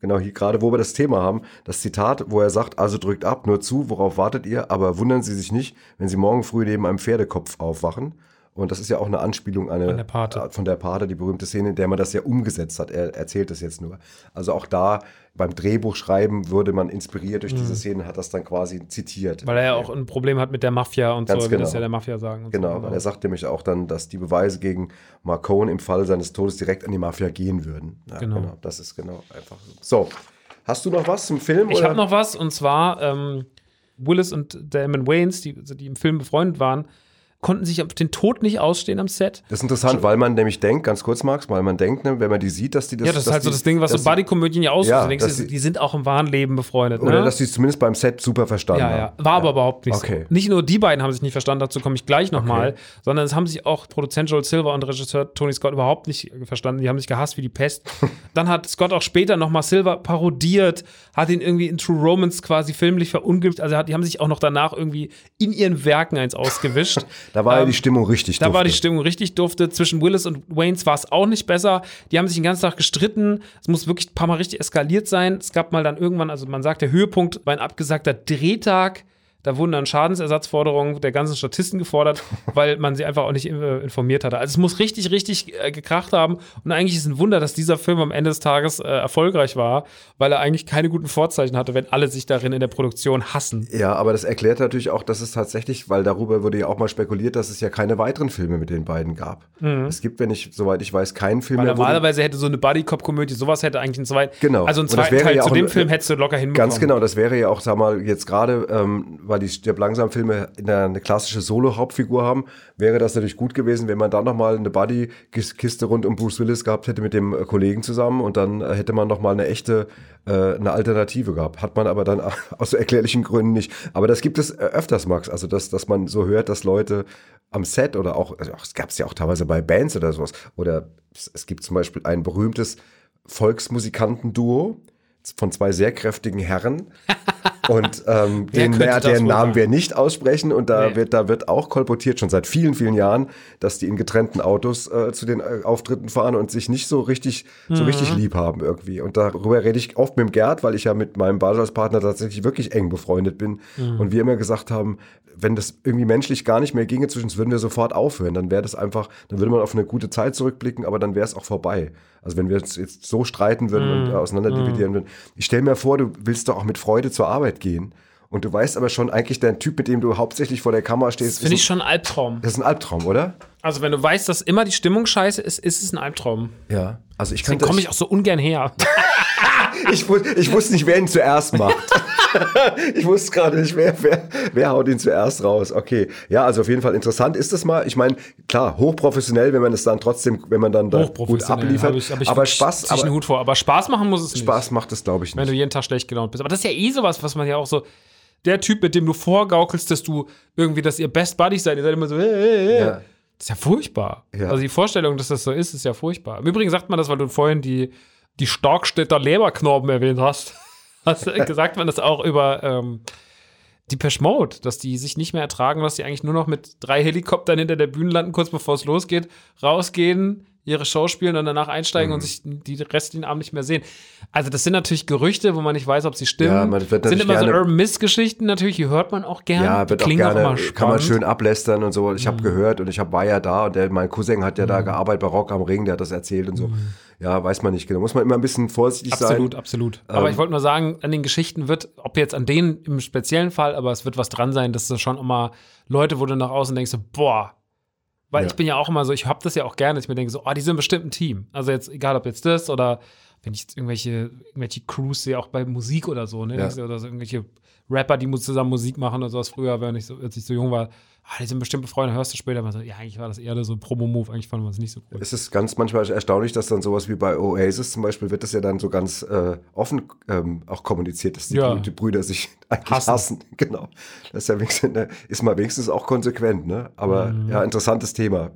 E: Genau, hier gerade, wo wir das Thema haben, das Zitat, wo er sagt, also drückt ab, nur zu, worauf wartet ihr, aber wundern Sie sich nicht, wenn Sie morgen früh neben einem Pferdekopf aufwachen. Und das ist ja auch eine Anspielung an eine,
B: An der Pate.
E: äh, von der Pate, die berühmte Szene, in der man das ja umgesetzt hat. Er erzählt das jetzt nur. Also auch da beim Drehbuchschreiben würde man inspiriert durch
B: Mhm.
E: diese Szene, hat das dann quasi zitiert.
B: Weil er ja auch ein Problem hat mit der Mafia und
E: Ganz
B: so, wie
E: genau.
B: das ja der Mafia sagen. Und
E: Genau,
B: so.
E: weil er sagt nämlich auch dann, dass die Beweise gegen Marcone im Fall seines Todes direkt an die Mafia gehen würden. Ja,
B: Genau.
E: Das ist genau einfach so. So, hast du noch was zum Film?
B: Ich
E: oder?
B: habe noch was und zwar ähm, Willis und Damon Wayans, die, die im Film befreundet waren, konnten sich auf den Tod nicht ausstehen am Set.
E: Das ist interessant, weil man nämlich denkt, ganz kurz, Max, weil man denkt, ne, wenn man die sieht, dass die das.
B: ja, das ist
E: dass
B: halt so
E: die-
B: das Ding, was
E: dass
B: so Buddy-Komödien ja ausmacht.
E: Ja,
B: du denkst,
E: dass
B: die,
E: die-
B: die sind auch im wahren Leben befreundet.
E: die, Oder
B: ne?
E: dass die es zumindest beim Set super verstanden
B: ja, ja.
E: haben.
B: War aber überhaupt nicht
E: Okay.
B: so. Nicht nur die beiden haben sich nicht verstanden, dazu komme ich gleich nochmal, sondern es haben sich auch Produzent Joel Silver und Regisseur Tony Scott überhaupt nicht verstanden. Die haben sich gehasst wie die
E: [LAUGHS]
B: Pest. Dann hat Scott auch später nochmal Silver parodiert, hat ihn irgendwie in True Romance quasi filmlich verunglimpft. Also hat, die haben sich auch noch danach irgendwie in ihren Werken eins ausgewischt.
E: [LAUGHS] Da war ja
B: Ähm,
E: die Stimmung richtig
B: da war die
E: dufte.
B: Stimmung richtig dufte. Zwischen Willis und Waynes war es auch nicht besser. Die haben sich den ganzen Tag gestritten. Es muss wirklich ein paar Mal richtig eskaliert sein. Es gab mal dann irgendwann, also man sagt, der Höhepunkt war ein abgesagter Drehtag. Da wurden dann Schadensersatzforderungen der ganzen Statisten gefordert, weil man sie einfach auch nicht äh, informiert hatte. Also es muss richtig, richtig äh, gekracht haben. Und eigentlich ist ein Wunder, dass dieser Film am Ende des Tages äh, erfolgreich war, weil er eigentlich keine guten Vorzeichen hatte, wenn alle sich darin in der Produktion hassen.
E: Ja, aber das erklärt natürlich auch, dass es tatsächlich, weil darüber wurde ja auch mal spekuliert, dass es ja keine weiteren Filme mit den beiden gab. Es gibt, wenn ich, soweit ich weiß, keinen
B: Mhm.
E: Film
B: Weil
E: mehr. wo die-
B: normalerweise hätte so eine Buddy-Cop-Komödie, sowas hätte eigentlich einen zweiten.
E: Genau.
B: Also einen
E: Und das
B: zweiten
E: wäre
B: Teil
E: ja
B: zu
E: auch
B: dem
E: ein- äh,
B: Film hättest du locker hinbekommen.
E: Ganz genau, das wäre ja auch, sag mal, jetzt gerade, ähm, weil die Stirb langsam Filme in der, eine klassische Solo-Hauptfigur haben, wäre das natürlich gut gewesen, wenn man da nochmal eine Buddy-Kiste rund um Bruce Willis gehabt hätte mit dem äh, Kollegen zusammen und dann äh, hätte man nochmal eine echte, äh, eine Alternative gehabt. Hat man aber dann [LAUGHS] aus erklärlichen Gründen nicht. Aber das gibt es äh, öfters, Max, also dass, dass man so hört, dass Leute am Set oder auch, also auch- es gab es ja auch teilweise bei Bands oder sowas, oder es, es gibt zum Beispiel ein berühmtes Volksmusikantenduo von zwei sehr kräftigen Herren. Und ähm,
B: [LAUGHS] Wer
E: den,
B: könnte
E: na,
B: das
E: deren
B: wohl
E: Namen
B: sein?
E: wir nicht aussprechen. Und da,
B: Nee.
E: wird, da wird auch kolportiert, schon seit vielen, vielen Jahren, dass die in getrennten Autos äh, zu den äh, Auftritten fahren und sich nicht so richtig, so richtig lieb haben irgendwie. Und darüber rede ich oft mit dem Gerd, weil ich ja mit meinem Bajals-Partner tatsächlich wirklich eng befreundet bin. Und wir immer gesagt haben, wenn das irgendwie menschlich gar nicht mehr ginge zwischen uns, würden wir sofort aufhören. Dann wäre das einfach, dann würde man auf eine gute Zeit zurückblicken, aber dann wäre es auch vorbei. Also wenn wir uns jetzt so streiten würden und äh, auseinanderdividieren würden. Ich stelle mir vor, du willst doch auch mit Freude zur Arbeit gehen. Und du weißt aber schon eigentlich, der Typ, mit dem du hauptsächlich vor der Kamera stehst,
B: Finde ich
E: ist, ein,
B: schon ein Albtraum.
E: das ist ein Albtraum, oder?
B: Also, wenn du weißt, dass immer die Stimmung scheiße ist, ist es ein Albtraum.
E: Ja. Also ich kann
B: Dann komme
E: das- [LAUGHS]
B: ich auch so ungern her. [LAUGHS]
E: ich, wus- ich wusste nicht, wer ihn zuerst macht. ich wusste gerade nicht, wer, wer, wer haut ihn zuerst raus. Okay. Ja, also auf jeden Fall interessant ist das mal. Ich meine, klar, hochprofessionell, wenn man es dann trotzdem, wenn man dann da gut
B: Hochprofessionell.
E: abliefert.
B: Hab ich- hab ich
E: aber
B: wirklich
E: Spaß,
B: ziehe ich einen
E: aber
B: Hut vor. Aber Spaß machen muss es nicht.
E: Spaß macht es, glaube ich,
B: wenn
E: nicht.
B: du jeden Tag schlecht gelaunt bist. Aber das ist ja eh sowas, was man ja auch so. Der Typ, mit dem du vorgaukelst, dass du irgendwie, dass ihr Best Buddies seid, ihr seid immer so, äh, äh, äh.
E: Ja.
B: das ist ja furchtbar.
E: Ja.
B: Also die Vorstellung, dass das so ist, ist ja furchtbar. Im Übrigen sagt man das, weil du vorhin die, die Starkstädter Leberknorben erwähnt hast. [LAUGHS] hast du gesagt man das auch über ähm, die Mode, dass die sich nicht mehr ertragen, dass die eigentlich nur noch mit drei Helikoptern hinter der Bühne landen, kurz bevor es losgeht, rausgehen, ihre Show spielen und danach einsteigen
E: Mhm.
B: und sich die restlichen Abend nicht mehr sehen. Also das sind natürlich Gerüchte, wo man nicht weiß, ob sie stimmen.
E: Ja, man wird
B: sind
E: natürlich
B: immer so
E: gerne-
B: Urban Miss Geschichten natürlich, die hört man auch gerne.
E: Ja,
B: die
E: wird auch
B: klingen
E: gerne,
B: immer
E: kann man
B: spannend. Mhm.
E: schön ablästern und so. Ich habe gehört und ich hab, war ja da und der, mein Cousin hat ja da gearbeitet bei Rock am Ring, der hat das erzählt und so. Ja, weiß man nicht genau. Muss man immer ein bisschen vorsichtig
B: Mhm. Absolut,
E: sein. Ähm,
B: absolut. aber ich wollte nur sagen, an den Geschichten wird, ob jetzt an denen im speziellen Fall, aber es wird was dran sein, dass du schon immer Leute, wo du nach außen denkst, so, boah, weil
E: Ja.
B: ich bin ja auch immer so, ich hab das ja auch gerne, dass ich mir denke so, oh, die sind bestimmt ein Team. Also jetzt, egal ob jetzt das oder wenn ich jetzt irgendwelche, irgendwelche Crews sehe, auch bei Musik oder so, ne?
E: Ja.
B: Denkst du, Oder so irgendwelche Rapper, die mu- zusammen Musik machen oder sowas früher, wenn ich so, als ich so jung war, ah, die sind bestimmt befreundet, hörst du später mal so, ja, eigentlich war das eher so ein Promo-Move, eigentlich fand man es nicht so cool.
E: Es ist ganz manchmal erstaunlich, dass dann sowas wie bei Oasis zum Beispiel wird das ja dann so ganz äh, offen ähm, auch kommuniziert, dass die,
B: Ja.
E: Brü- die Brüder sich [LAUGHS] eigentlich
B: Hassen.
E: hassen. Genau. Das ist, ja wenigstens, ne, ist mal wenigstens auch konsequent, ne? Aber
B: Mhm.
E: ja, interessantes Thema.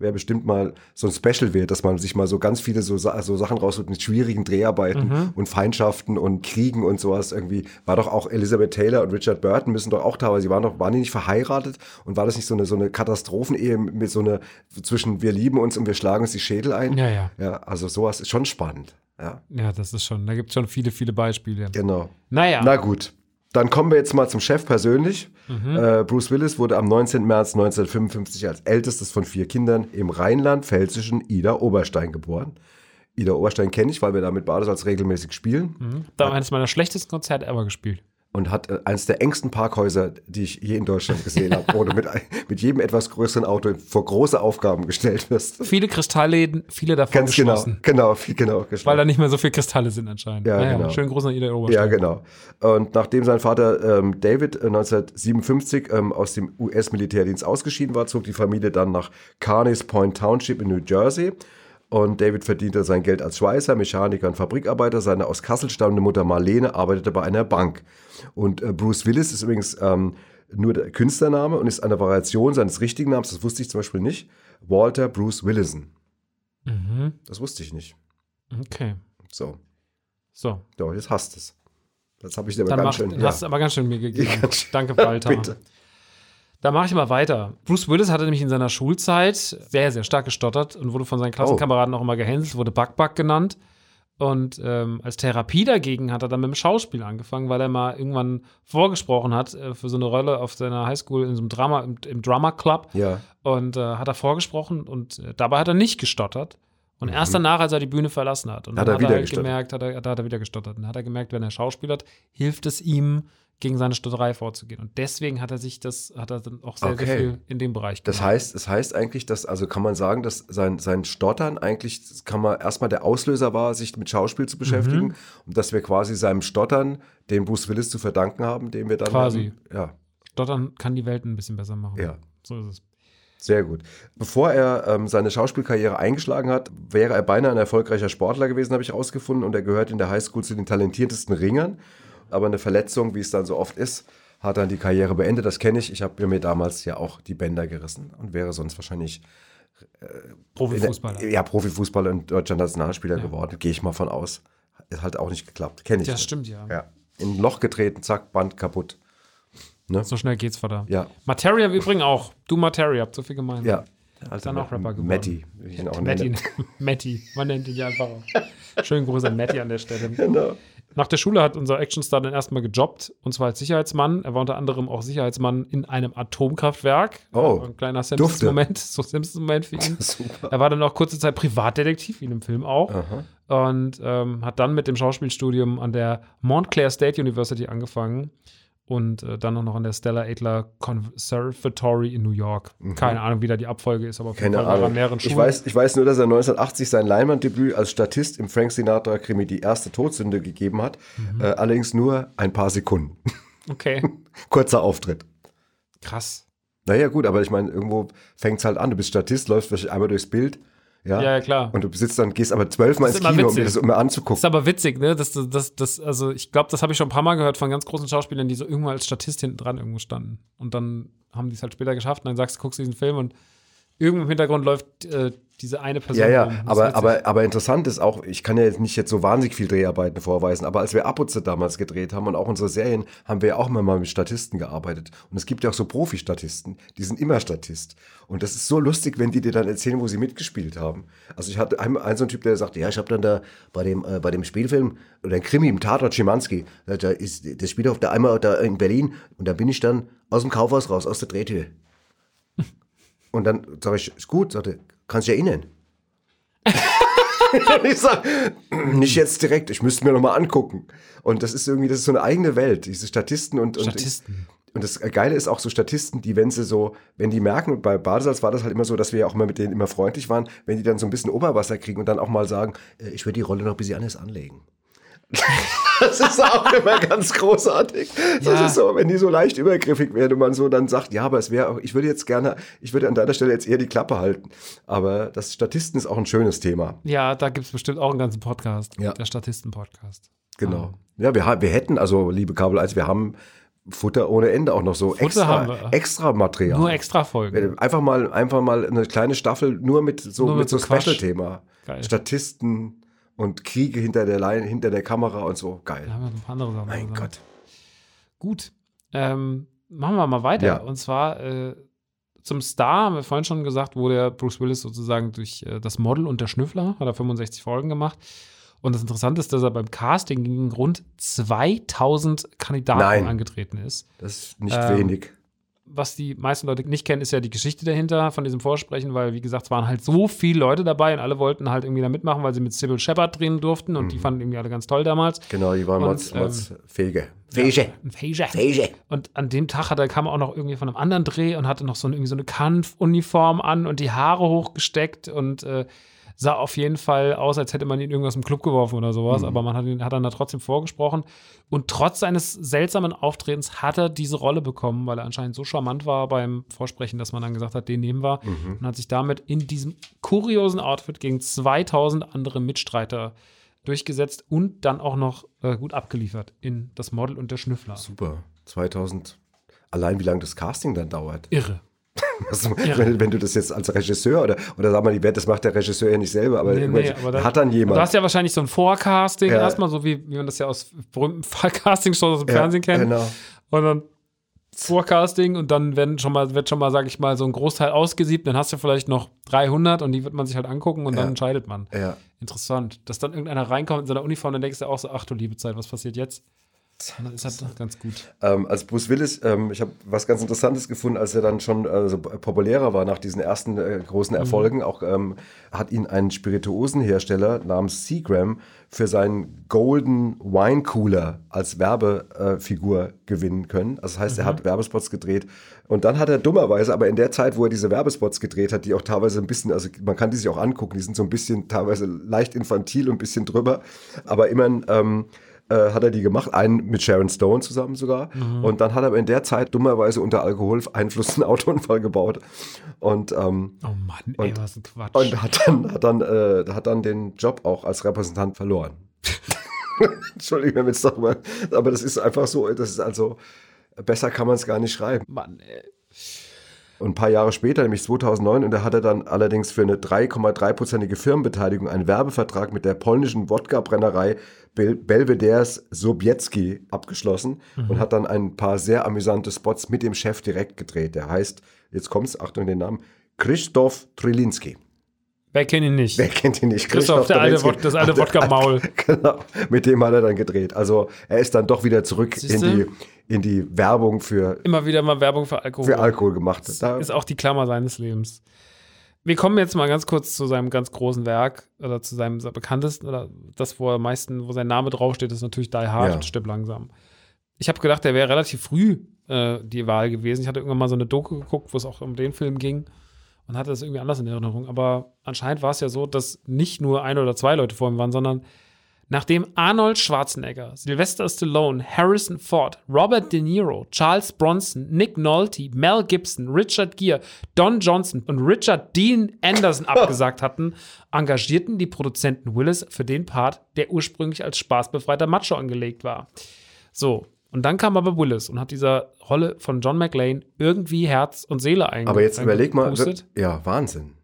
E: Wäre bestimmt mal so ein Special wert, dass man sich mal so ganz viele so, Sa- so Sachen raussucht mit schwierigen Dreharbeiten
B: Mhm.
E: und Feindschaften und Kriegen und sowas irgendwie. War doch auch Elizabeth Taylor und Richard Burton müssen doch auch teilweise, die waren doch, waren die nicht verheiratet und war das nicht so eine, so eine Katastrophenehe mit so eine zwischen wir lieben uns und wir schlagen uns die Schädel ein?
B: Ja, ja.
E: Ja, also sowas ist schon spannend. Ja,
B: Ja, das ist schon, da gibt es schon viele, viele Beispiele.
E: genau.
B: Naja.
E: Na gut. Dann kommen wir jetzt mal zum Chef persönlich. Äh, Bruce Willis wurde am 19. März 1955 als ältestes von vier Kindern im Rheinland-Pfälzischen Ida Oberstein geboren. Ida Oberstein kenne ich, weil wir da mit Badesalz regelmäßig spielen
B: Da eines meiner schlechtesten Konzerte ever gespielt.
E: und hat äh, eines der engsten Parkhäuser, die ich je in Deutschland gesehen habe, wo du mit, [LAUGHS] ein- mit jedem etwas größeren Auto vor große Aufgaben gestellt wirst.
B: Viele Kristallläden, viele davon
E: Ganz genau,
B: geschlossen.
E: genau, viel- genau, geschlossen.
B: Weil da nicht mehr so viele Kristalle sind anscheinend.
E: Ja, genau.
B: Schönen Gruß an Ida
E: Ja,
B: Oberstein.
E: genau. Und nachdem sein Vater ähm, David äh, 1957 ähm, aus dem US-Militärdienst ausgeschieden war, zog die Familie dann nach Carneys Point Township in New Jersey. Und David verdiente sein Geld als Schweißer, Mechaniker und Fabrikarbeiter. Seine aus Kassel stammende Mutter Marlene arbeitete bei einer Bank. Und äh, Bruce Willis ist übrigens ähm, nur der Künstlername und ist eine Variation seines richtigen Namens, das wusste ich zum Beispiel nicht, Walter Bruce Willison.
B: Mhm.
E: Das wusste ich nicht.
B: Okay.
E: So,
B: So,
E: ja, jetzt hast du es. Das habe ich dir aber
B: dann
E: ganz
B: mach,
E: schön.
B: hast du aber ganz schön mir gegeben.
E: Ja, [LAUGHS] ganz schön.
B: Danke, Walter.
E: [LAUGHS] Bitte.
B: Da mache ich mal weiter. Bruce Willis hatte nämlich in seiner Schulzeit sehr, sehr stark gestottert und wurde
E: Oh.
B: von seinen Klassenkameraden auch immer gehänselt, wurde Backback genannt. Und ähm, als Therapie dagegen hat er dann mit dem Schauspiel angefangen, weil er mal irgendwann vorgesprochen hat äh, für so eine Rolle auf seiner Highschool in so einem Drama, im, im Drama Club.
E: Ja.
B: Und äh, hat er vorgesprochen und äh, dabei hat er nicht gestottert. Und erst danach, als er die Bühne verlassen hat. Und
E: Mhm. Hat
B: dann
E: er wieder
B: halt
E: gestottert.
B: gemerkt, hat er, da hat er wieder gestottert. Und dann hat er gemerkt, wenn er Schauspiel hat, hilft es ihm, gegen seine Stotterei vorzugehen. Und deswegen hat er sich das, hat er dann auch sehr, sehr
E: Okay.
B: viel in dem Bereich
E: Das heißt, es heißt eigentlich, dass, also kann man sagen, dass sein, sein Stottern eigentlich, das kann man erstmal der Auslöser war, sich mit Schauspiel zu beschäftigen und dass wir quasi seinem Stottern den Bruce Willis zu verdanken haben, den wir dann.
B: Quasi.
E: Ja,
B: Stottern kann die Welt ein bisschen besser machen.
E: Ja.
B: So ist es.
E: sehr gut. Bevor er ähm, seine Schauspielkarriere eingeschlagen hat, wäre er beinahe ein erfolgreicher Sportler gewesen, habe ich herausgefunden, und er gehört in der Highschool zu den talentiertesten Ringern. Aber eine Verletzung, wie es dann so oft ist, hat dann die Karriere beendet. Das kenne ich. Ich habe mir damals ja auch die Bänder gerissen und wäre sonst wahrscheinlich In der-
B: Profifußballer.
E: Ja, Profifußballer und deutscher Nationalspieler geworden, gehe ich mal von aus. Ist halt auch nicht geklappt. Kenne ich.
B: Das
E: nicht.
B: stimmt ja.
E: Ja. In ein Loch getreten, zack, Band kaputt.
B: So schnell geht's, Vater.
E: Ja.
B: Materia im Übrigen auch. Du Materia, habt so viel gemeint.
E: Ja. Also
B: Dann auch Rapper geworden.
E: Matty. will ich ihn auch
B: Matti,
E: nennen.
B: [LAUGHS] Matti, man nennt ihn ja einfach auch. Schönen Gruß an Matti an der Stelle.
E: Genau.
B: Nach der Schule hat unser Actionstar dann erstmal gejobbt, und zwar als Sicherheitsmann. Er war unter anderem auch Sicherheitsmann in einem Atomkraftwerk.
E: Oh,
B: Ein kleiner
E: dufte.
B: Simpsons-Moment, [LAUGHS] so Simpsons-Moment für ihn.
E: [LAUGHS] Super.
B: Er war dann auch kurze Zeit Privatdetektiv, wie in dem Film auch.
E: Ah.
B: Und ähm, hat dann mit dem Schauspielstudium an der Montclair State University angefangen und äh, dann auch noch an der Stella Adler Conservatory in New York. Keine Ahnung, wie da die Abfolge ist, aber auf jeden
E: Mhm.
B: Fall
E: Keine
B: war er an
E: Ahnung.
B: mehreren Schulen.
E: Ich weiß, ich weiß nur, dass er 1980 sein Leinwanddebüt als Statist im Frank Sinatra-Krimi Die erste Todsünde gegeben hat.
B: Mhm.
E: Äh, allerdings nur ein paar Sekunden. [LAUGHS]
B: Okay,
E: Kurzer Auftritt.
B: krass.
E: Naja, gut, aber ich meine, irgendwo fängt es halt an. Du bist Statist, läufst vielleicht einmal durchs Bild. Ja,
B: Ja, ja, klar.
E: Und du besitzt dann, gehst aber zwölfmal
B: Das
E: ins
B: ist
E: Kino,
B: immer
E: um dir
B: witzig.
E: das immer anzugucken.
B: Ist aber witzig, ne? Das, das, das, das, also ich glaube, das habe ich schon ein paar Mal gehört von ganz großen Schauspielern, die so irgendwann als Statist hinten dran irgendwo standen. Und dann haben die es halt später geschafft und dann sagst du, guckst diesen Film und irgendwo im Hintergrund läuft äh, diese eine Person.
E: Ja,
B: rum. Das
E: ja,
B: ist
E: aber,
B: witzig.
E: aber, aber interessant ist auch, ich kann ja jetzt nicht jetzt so wahnsinnig viel Dreharbeiten vorweisen, aber als wir Abutze damals gedreht haben und auch unsere Serien, haben wir ja auch immer mal mit Statisten gearbeitet. Und es gibt ja auch so Profi-Statisten, die sind immer Statist. Und das ist so lustig, wenn die dir dann erzählen, wo sie mitgespielt haben. Also ich hatte einen, einen so einen Typ, der sagte, ja, ich habe dann da bei dem, äh, bei dem Spielfilm oder ein Krimi im Tatort Schimanski, da da ist, das spielt auf der einmal da in Berlin und da bin ich dann aus dem Kaufhaus raus, aus der Drehtür. Und dann sage ich, ist gut, sagte, kannst dich erinnern. [LAUGHS] Und ich sag, nicht jetzt direkt, ich müsste mir nochmal angucken. Und das ist irgendwie, das ist so eine eigene Welt, diese Statisten und. und
B: Statisten.
E: Und das Geile ist auch so Statisten, die, wenn sie so, wenn die merken, und bei Badesalz war das halt immer so, dass wir ja auch immer mit denen immer freundlich waren, wenn die dann so ein bisschen Oberwasser kriegen und dann auch mal sagen, äh, ich würde die Rolle noch ein bisschen anders anlegen. Das ist auch
B: [LAUGHS]
E: immer ganz großartig. Das
B: Ja.
E: ist so, wenn die so leicht übergriffig werden und man so dann sagt, ja, aber es wäre auch, ich würde jetzt gerne, ich würde an deiner Stelle jetzt eher die Klappe halten. Aber das Statisten ist auch ein schönes Thema.
B: Ja, da gibt es bestimmt auch einen ganzen Podcast.
E: Ja.
B: Der Statisten-Podcast. Ah.
E: Genau. Ja, wir, ha- wir hätten, also liebe Kabel 1, wir haben Futter ohne Ende auch noch so extra,
B: haben wir.
E: extra Material. Äh,
B: Nur extra Folgen.
E: Einfach mal, einfach mal eine kleine Staffel nur mit so,
B: Nur
E: mit
B: mit
E: so,
B: so Quatsch.
E: Special-Thema.
B: Geil.
E: Statisten und Kriege hinter der Leine, hinter der Kamera und so. Geil.
B: Da haben wir noch ein paar andere Sachen.
E: mein
B: gesagt.
E: Gott.
B: Gut. Ähm, machen wir mal weiter.
E: Ja.
B: Und zwar äh, zum Star, haben wir vorhin schon gesagt, wurde ja Bruce Willis sozusagen durch äh, das Model und der Schnüffler, hat er 65 Folgen gemacht. Und das Interessante ist, dass er beim Casting gegen rund 2000 Kandidaten
E: Nein.
B: angetreten ist.
E: Das ist nicht
B: Ähm,
E: wenig.
B: Was die meisten Leute nicht kennen, ist ja die Geschichte dahinter von diesem Vorsprechen, weil, wie gesagt, es waren halt so viele Leute dabei und alle wollten halt irgendwie da mitmachen, weil sie mit Sybil Shepard drehen durften und die fanden irgendwie alle ganz toll damals.
E: Mhm. Genau, die waren
B: und,
E: Mods,
B: ähm,
E: Mods fähige.
A: Fische,
B: Feige.
A: Fische.
B: Und an dem Tag hat er, kam er auch noch irgendwie von einem anderen Dreh und hatte noch so eine, irgendwie so eine Kampfuniform an und die Haare hochgesteckt und äh, sah auf jeden Fall aus, als hätte man ihn irgendwas im Club geworfen oder sowas. Aber man hat ihn hat dann da trotzdem vorgesprochen. Und trotz seines seltsamen Auftretens hat er diese Rolle bekommen, weil er anscheinend so charmant war beim Vorsprechen, dass man dann gesagt hat, den nehmen wir. Und hat sich damit in diesem kuriosen Outfit gegen 2000 andere Mitstreiter durchgesetzt und dann auch noch äh, gut abgeliefert in das Model und der Schnüffler.
E: Super. 2000. Allein wie lange das Casting dann dauert.
B: Irre.
E: Also, wenn, wenn du das jetzt als Regisseur oder, oder sag mal, die Welt, das macht der Regisseur ja nicht selber, aber,
B: Nee,
E: irgendwann
B: nee, aber dann-
E: hat dann jemand.
B: Du hast ja wahrscheinlich so ein Vorcasting
E: Ja.
B: erstmal, so wie, wie man das ja aus berühmten [LAUGHS] Casting-Shows aus dem
E: Ja,
B: Fernsehen kennt.
E: Genau.
B: Und dann Vorcasting und dann werden schon mal, wird schon mal, sag ich mal, so ein Großteil ausgesiebt. Dann hast du vielleicht noch 300 und die wird man sich halt angucken und dann entscheidet man.
E: Ja.
B: Interessant. Dass dann irgendeiner reinkommt in seiner Uniform, dann denkst du auch so, ach du liebe Zeit, was passiert jetzt? Und dann ist halt doch ganz gut.
E: Ähm, als Bruce Willis, ähm, ich habe was ganz Interessantes gefunden, als er dann schon äh, so populärer war nach diesen ersten äh, großen Erfolgen. Auch ähm, hat ihn ein Spirituosenhersteller namens Seagram für seinen Golden Wine Cooler als Werbefigur äh, gewinnen können. Also das heißt, er hat Werbespots gedreht und dann hat er dummerweise, aber in der Zeit, wo er diese Werbespots gedreht hat, die auch teilweise ein bisschen, also man kann die sich auch angucken, die sind so ein bisschen teilweise leicht infantil und ein bisschen drüber, aber immerhin ähm, äh, hat er die gemacht, einen mit Sharon Stone zusammen sogar. Und dann hat er aber in der Zeit dummerweise unter Alkoholeinfluss einen Autounfall gebaut. Und, ähm,
B: Oh Mann, ey, was ein Quatsch.
E: und hat, dann, hat, dann, äh, hat dann den Job auch als Repräsentant verloren. [LAUGHS] Entschuldigung, wenn wir jetzt darüber. Aber das ist einfach so, das ist also. Besser kann man es gar nicht schreiben.
B: Mann, ey.
E: Und ein paar Jahre später, nämlich 2009, und da hat er dann allerdings für eine 3,3-prozentige Firmenbeteiligung einen Werbevertrag mit der polnischen Wodka-Brennerei Bel Belvederes Sobiecki abgeschlossen
B: Mhm.
E: und hat dann ein paar sehr amüsante Spots mit dem Chef direkt gedreht. Der heißt, jetzt kommt's, Achtung den Namen, Christoph Trilinski.
B: Wer kennt ihn nicht?
E: Wer kennt ihn nicht?
B: Christoph, der alte,
E: Trilinski.
B: Wod- das alte Wodka-Maul.
E: [LAUGHS] Genau, mit dem hat er dann gedreht. Also er ist dann doch wieder zurück in
B: Siehste?
E: die, in die Werbung für,
B: Immer wieder mal Werbung für Alkohol.
E: für Alkohol gemacht. Da,
B: Oh. ist auch die Klammer seines Lebens. Wir kommen jetzt mal ganz kurz zu seinem ganz großen Werk oder zu seinem bekanntesten oder das, wo er am meisten, wo sein Name draufsteht, ist natürlich Die Hard
E: Ja.
B: und Stirb langsam. Ich habe gedacht, der wäre relativ früh äh, die Wahl gewesen. Ich hatte irgendwann mal so eine Doku geguckt, wo es auch um den Film ging und hatte das irgendwie anders in Erinnerung. Aber anscheinend war es ja so, dass nicht nur ein oder zwei Leute vor ihm waren, sondern nachdem Arnold Schwarzenegger, Sylvester Stallone, Harrison Ford, Robert De Niro, Charles Bronson, Nick Nolte, Mel Gibson, Richard Gere, Don Johnson und Richard Dean
E: [LAUGHS]
B: Anderson abgesagt hatten, engagierten die Produzenten Willis für den Part, der ursprünglich als spaßbefreiter Macho angelegt war. So. Und dann kam aber Willis und hat dieser Rolle von John McLean irgendwie Herz und Seele einge
E: Aber jetzt überleg mal,
B: eingepustet.
E: ja, Wahnsinn.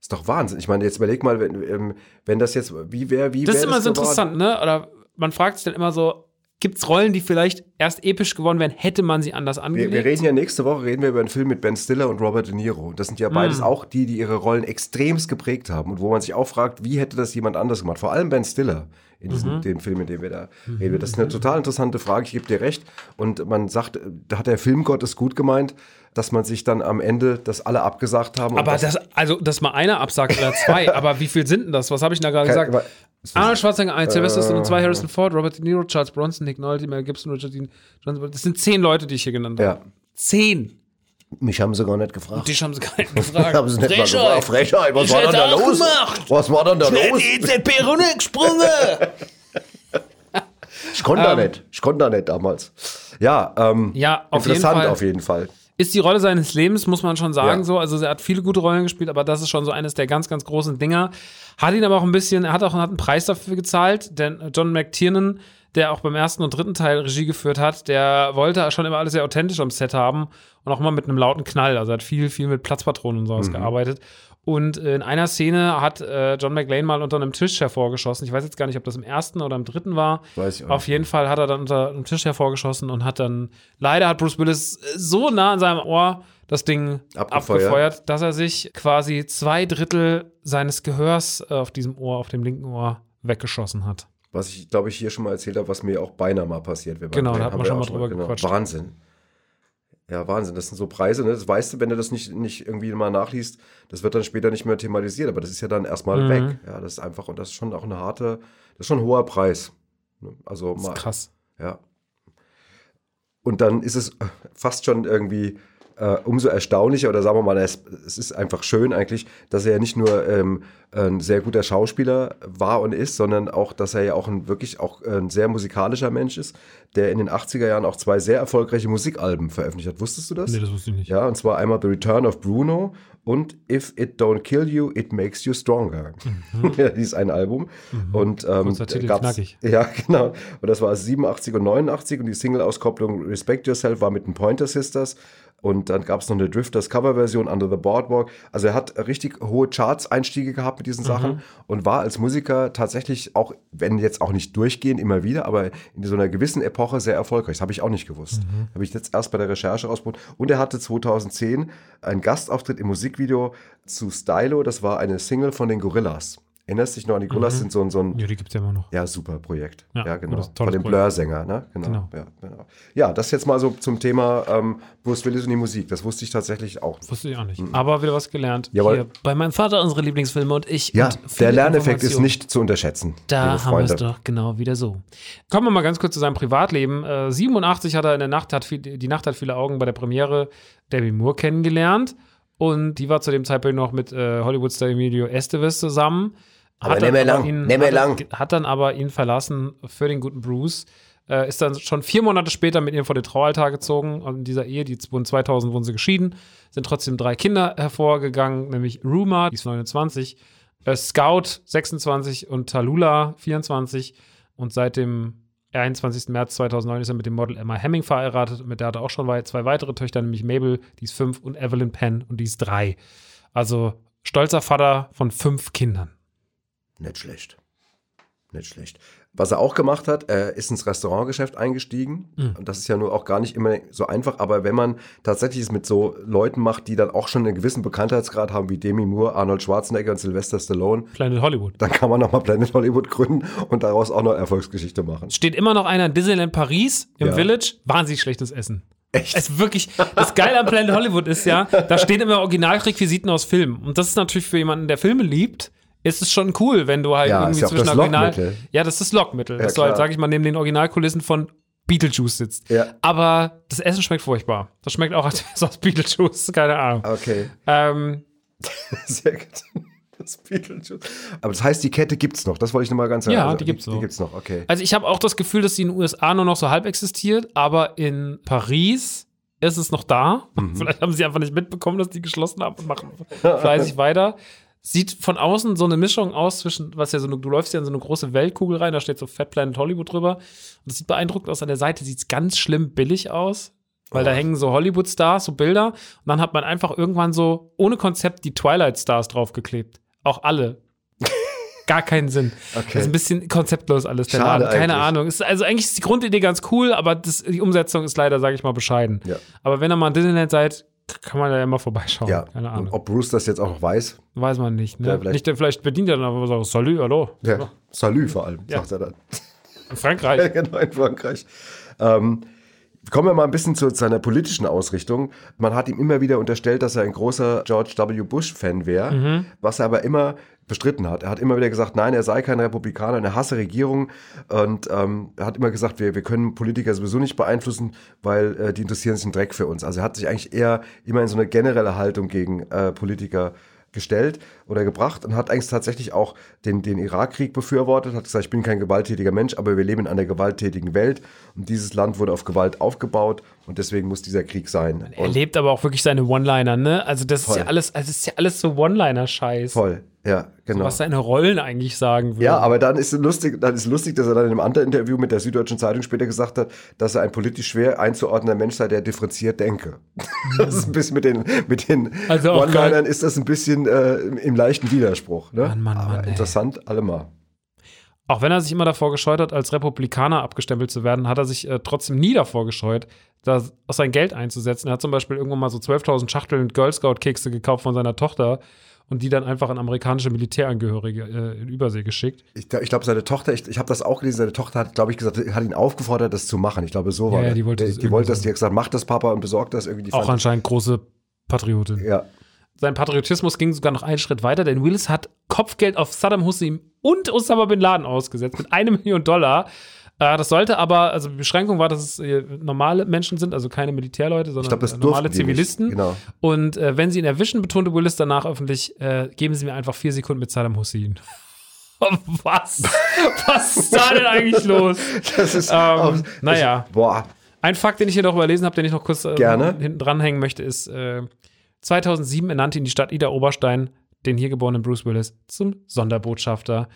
E: Ist doch Wahnsinn. Ich meine, jetzt überleg mal, wenn, ähm, wenn das jetzt, wie wäre, wie
B: Das ist
E: wär
B: immer so
E: geworden?
B: interessant, ne? Oder man fragt sich dann immer so, gibt es Rollen, die vielleicht erst episch geworden wären, hätte man sie anders
E: Wir,
B: angelegt?
E: wir reden ja nächste Woche reden wir über einen Film mit Ben Stiller und Robert De Niro. Das sind ja beides
B: Mm.
E: auch die, die ihre Rollen extremst geprägt haben und wo man sich auch fragt, wie hätte das jemand anders gemacht? Vor allem Ben Stiller in diesem
B: Mhm.
E: dem Film, in dem wir da reden. Das ist eine total interessante Frage, ich gebe dir recht. Und man sagt, da hat der Filmgott es gut gemeint, dass man sich dann am Ende, dass alle abgesagt haben.
B: aber
E: und
B: das, also, dass mal einer absagt oder
E: [LAUGHS]
B: zwei, aber wie viel sind denn das? Was habe ich denn da gerade
E: Kein-
B: gesagt?
E: aber- Äh.
B: Arnold Schwarzenegger, ein Sylvester Stallone, zwei Harrison Ford, Robert De Niro, Charles Bronson, Nick Nolte, Mel Gibson, Richard Dean Johnson. Das sind zehn Leute, die ich hier genannt
E: Ja.
B: habe. Zehn.
E: mich haben sie gar nicht gefragt.
B: Die haben sie
E: [LAUGHS]
B: gar nicht gefragt.
E: Haben sie nicht mal
B: Frechheit.
E: gefragt. Frechheit, was
B: Ich
E: war denn
B: hätte
E: da
B: auch
E: los?
B: gemacht.
E: Was war denn da los?
B: EZB
E: [LAUGHS]
B: runtergesprungen.
E: Ich konnte da nicht. Ich konnte da nicht damals. Ja,
B: Ähm,
E: ähm,
B: Ja, auf jeden
E: interessant
B: Fall.
E: auf jeden Fall.
B: ist die Rolle seines Lebens, muss man schon sagen.
E: Ja.
B: So, also er hat viele gute Rollen gespielt, aber das ist schon so eines der ganz, ganz großen Dinger. Hat ihn aber auch ein bisschen, er hat auch hat einen Preis dafür gezahlt, denn John McTiernan, der auch beim ersten und dritten Teil Regie geführt hat, der wollte schon immer alles sehr authentisch am Set haben und auch immer mit einem lauten Knall. Also er hat viel, viel mit Platzpatronen und sowas gearbeitet. Und in einer Szene hat äh, John McLean mal unter einem Tisch hervorgeschossen. Ich weiß jetzt gar nicht, ob das im ersten oder im dritten war.
E: Weiß ich auch
B: Auf jeden Fall hat er dann unter dem Tisch hervorgeschossen und hat dann, leider hat Bruce Willis äh, so nah an seinem Ohr das Ding
E: Abgefeuert.
B: abgefeuert, dass er sich quasi zwei Drittel seines Gehörs äh, auf diesem Ohr, auf dem linken Ohr, weggeschossen hat.
E: Was ich, glaube ich, hier schon mal erzählt habe, was mir auch beinahe mal passiert wäre.
B: Genau, da
E: Haben
B: hat man
E: wir
B: schon
E: auch
B: mal drüber gequatscht.
E: Wahnsinn. Ja, Wahnsinn. Das sind so Preise, ne? Das weißt du, wenn du das nicht, nicht irgendwie mal nachliest, das wird dann später nicht mehr thematisiert, aber das ist ja dann
B: Mhm.
E: erstmal weg. Ja, das ist einfach, und das ist schon auch eine harte, das ist schon ein hoher Preis. Ne? Also
B: Das
E: mal,
B: ist krass.
E: Ja. Und dann ist es fast schon irgendwie äh, umso erstaunlicher, oder sagen wir mal, es, es ist einfach schön eigentlich, dass er ja nicht nur ähm, ein sehr guter Schauspieler war und ist, sondern auch, dass er ja auch ein wirklich auch ein sehr musikalischer Mensch ist, der in den 80er Jahren auch zwei sehr erfolgreiche Musikalben veröffentlicht hat. Wusstest du das?
B: wusste ich nicht.
E: Ja, und zwar einmal The Return of Bruno und If It Don't Kill You, It Makes You Stronger. [LAUGHS] ja, die ist ein Album. Und ähm,
B: Mhm. Kurzer Titel,
E: gab's-
B: knackig.
E: Ja, [LAUGHS] genau. Und das war 87 und 89 und die Single-Auskopplung Respect Yourself war mit den Pointer Sisters. Und dann gab es noch eine Drifters-Cover-Version, Under the Boardwalk. Also er hat richtig hohe Charts-Einstiege gehabt mit diesen Sachen und war als Musiker tatsächlich auch, wenn jetzt auch nicht durchgehend, immer wieder, aber in so einer gewissen Epoche sehr erfolgreich. Das habe ich auch nicht gewusst. Habe ich jetzt erst bei der Recherche rausgefunden. Und er hatte 2010 einen Gastauftritt im Musikvideo zu Stylo. Das war eine Single von den Gorillas. Erinnerst dich noch an die Gorillas? Sind so, ein- so ein
B: Ja, die gibt es ja immer noch.
E: ja, super Projekt. Ja,
B: Ja,
E: genau.
B: gutes, tolles
E: Von dem
B: Projekt.
E: Blur-Sänger, ne? Genau.
B: Genau.
E: Ja, genau. ja, das jetzt mal so zum Thema ähm, Bruce Willis und die Musik. Das wusste ich tatsächlich auch.
B: Wusste ich auch nicht. Aber wieder was gelernt.
E: Mhm. Jawohl.
B: Hier, bei meinem Vater unsere Lieblingsfilme und ich.
E: Ja,
B: und viele
E: der Lerneffekt ist
B: Informationen.
E: nicht zu unterschätzen. liebe
B: Da haben wir es
E: Freunde.
B: doch genau wieder so. Kommen wir mal ganz kurz zu seinem Privatleben. Äh, 87 hat er in der Nacht hat viel, die Nacht hat viele Augen bei der Premiere Debbie Moore kennengelernt und die war zu dem Zeitpunkt noch mit äh, Hollywood-Star Emilio Estevez zusammen.
E: Aber
B: dann
E: nicht mehr lang, nicht mehr
B: hat, dann-
E: lang.
B: Hat dann aber ihn verlassen für den guten Bruce. Äh, ist dann schon vier Monate später mit ihm vor den Traualtar gezogen. Und in dieser Ehe, die wurden 2000 wurden sie geschieden, sind trotzdem drei Kinder hervorgegangen, nämlich Ruma, die ist 29, äh, Scout 26 und Talula 24. Und seit dem 21. März 2009 ist er mit dem Model Emma Hemming verheiratet. Mit der hat er auch schon wei- zwei weitere Töchter, nämlich Mabel, die ist fünf, und Evelyn Penn, und die ist drei. Also stolzer Vater von fünf Kindern.
E: Nicht schlecht. Nicht schlecht. Was er auch gemacht hat, er ist ins Restaurantgeschäft eingestiegen.
B: Mhm.
E: Und das ist ja nur auch gar nicht immer so einfach. Aber wenn man tatsächlich es mit so Leuten macht, die dann auch schon einen gewissen Bekanntheitsgrad haben, wie Demi Moore, Arnold Schwarzenegger und Sylvester Stallone,
B: Planet Hollywood.
E: dann kann man nochmal Planet Hollywood gründen und daraus auch noch Erfolgsgeschichte machen.
B: steht immer noch einer in Disneyland Paris im
E: Ja.
B: Village. Wahnsinnig schlechtes Essen. Echt? Es ist wirklich, das Geile am Planet Hollywood ist ja, da stehen immer Originalrequisiten aus Filmen. Und das ist natürlich für jemanden, der Filme liebt, ist es schon cool, wenn du halt
E: Ja,
B: irgendwie
E: ist ja auch
B: zwischen
E: das
B: Original.
E: Lockmittel.
B: Ja, das ist Lockmittel. dass du
E: klar.
B: halt, sag ich mal, neben den Originalkulissen von Beetlejuice sitzt.
E: Ja.
B: Aber das Essen schmeckt furchtbar. Das schmeckt auch, als wäre es aus Beetlejuice. Keine Ahnung.
E: Okay,
B: Ähm,
E: [LAUGHS] sehr gut. Das Beetlejuice. Aber das heißt, die Kette gibt's noch. Das wollte ich nochmal ganz
B: Ja,
E: also,
B: die gibt's
E: die,
B: noch.
E: Die gibt's noch, okay.
B: also ich habe auch das Gefühl, dass sie in den USA nur noch so halb existiert, aber in Paris ist es noch da. [LAUGHS] Vielleicht haben sie einfach nicht mitbekommen, dass die geschlossen haben und machen fleißig weiter. Sieht von außen so eine Mischung aus zwischen, was ja so eine, du läufst ja in so eine große Weltkugel rein, da steht so Fat Planet Hollywood drüber. Und das sieht beeindruckend aus. An der Seite sieht es ganz schlimm billig aus, weil da hängen so Hollywood-Stars, so Bilder. Und dann hat man einfach irgendwann so ohne Konzept die Twilight-Stars draufgeklebt. Auch alle. Gar keinen Sinn.
E: Okay.
B: Das ist Also ein bisschen konzeptlos alles, der
E: Schade
B: Laden. Keine
E: eigentlich.
B: Ahnung. Ist, also eigentlich ist die Grundidee ganz cool, aber das, die Umsetzung ist leider, sage ich mal, bescheiden.
E: Ja.
B: Aber wenn ihr mal in Disneyland seid, kann man da ja immer vorbeischauen.
E: Ja,
B: Keine
E: und
B: Ahnung.
E: ob Bruce das jetzt auch noch weiß.
B: Weiß man nicht. Ne?
E: Ja, vielleicht-
B: vielleicht. Nicht, vielleicht bedient er dann aber so, Salü, hallo.
E: Ja. Salü vor allem,
B: Ja.
E: sagt er dann.
B: In
E: [LAUGHS]
B: Frankreich.
E: genau, in Frankreich. Ähm, kommen wir mal ein bisschen zu seiner politischen Ausrichtung. Man hat ihm immer wieder unterstellt, dass er ein großer George W. Bush-Fan wäre, was er aber immer bestritten hat. Er hat immer wieder gesagt, nein, er sei kein Republikaner und er hasse Regierung. Und ähm, er hat immer gesagt, wir, wir können Politiker sowieso nicht beeinflussen, weil äh, die interessieren sich einen Dreck für uns. Also er hat sich eigentlich eher immer in so eine generelle Haltung gegen äh, Politiker gestellt oder gebracht und hat eigentlich tatsächlich auch den, den Irakkrieg befürwortet, hat gesagt, ich bin kein gewalttätiger Mensch, aber wir leben in einer gewalttätigen Welt und dieses Land wurde auf Gewalt aufgebaut und deswegen muss dieser Krieg sein.
B: Er
E: Und
B: lebt aber auch wirklich seine One-Liner, ne? Also das ist
E: Voll.
B: ja alles, also das ist ja alles so One-Liner-Scheiß.
E: voll, ja, genau.
B: Was seine Rollen eigentlich sagen würden.
E: Ja, aber dann ist lustig, dann ist lustig, dass er dann in einem anderen Interview mit der Süddeutschen Zeitung später gesagt hat, dass er ein politisch schwer einzuordnender Mensch sei, der differenziert denke. [LAUGHS] Das ist ein bisschen mit den, mit den
B: Mhm. Also auch
E: One-Linern ist das ein bisschen äh, im- im leichten Widerspruch. Ne?
B: Mann, Mann,
E: aber
B: Mann, ey.
E: interessant, allemal.
B: Auch wenn er sich immer davor gescheut hat, als Republikaner abgestempelt zu werden, hat er sich äh, trotzdem nie davor gescheut, das, aus sein Geld einzusetzen. Er hat zum Beispiel irgendwann mal so 12.000 Schachteln Girl Scout-Kekse gekauft von seiner Tochter und die dann einfach an amerikanische Militärangehörige äh, in Übersee geschickt.
E: Ich, glaub- ich glaube, seine Tochter, ich, ich habe das auch gelesen, seine Tochter hat, glaube ich, gesagt, hat ihn aufgefordert, das zu machen. Ich glaube, so war
B: Ja, ja,
E: das.
B: die wollte das
E: die,
B: irgendwie
E: wollte das,
B: so.
E: die hat gesagt, mach das, Papa, und besorgt das irgendwie. Die
B: Auch
E: fand-
B: anscheinend große Patriotin.
E: Ja,
B: Sein Patriotismus ging sogar noch einen Schritt weiter, denn Willis hat Kopfgeld auf Saddam Hussein und Osama Bin Laden ausgesetzt mit einer Million Dollar. Äh, Das sollte aber, also die Beschränkung war, dass es äh, normale Menschen sind, also keine Militärleute, sondern
E: ich glaube, das
B: äh,
E: durften
B: normale
E: die
B: Zivilisten.
E: Nicht. Genau. [LAUGHS]
B: Und äh, wenn sie ihn erwischen, betonte Willis danach öffentlich, äh, geben sie mir einfach vier Sekunden mit Saddam Hussein. [LAUGHS] Was? Was ist da denn eigentlich los?
E: Das ist,
B: Ähm, naja.
E: Ich, boah,
B: Ein Fakt, den ich hier noch überlesen habe, den ich noch kurz äh,
E: Gerne.
B: hinten dranhängen möchte, ist, äh, 2007 ernannte ihn die Stadt Ida Oberstein, den hier geborenen Bruce Willis, zum Sonderbotschafter.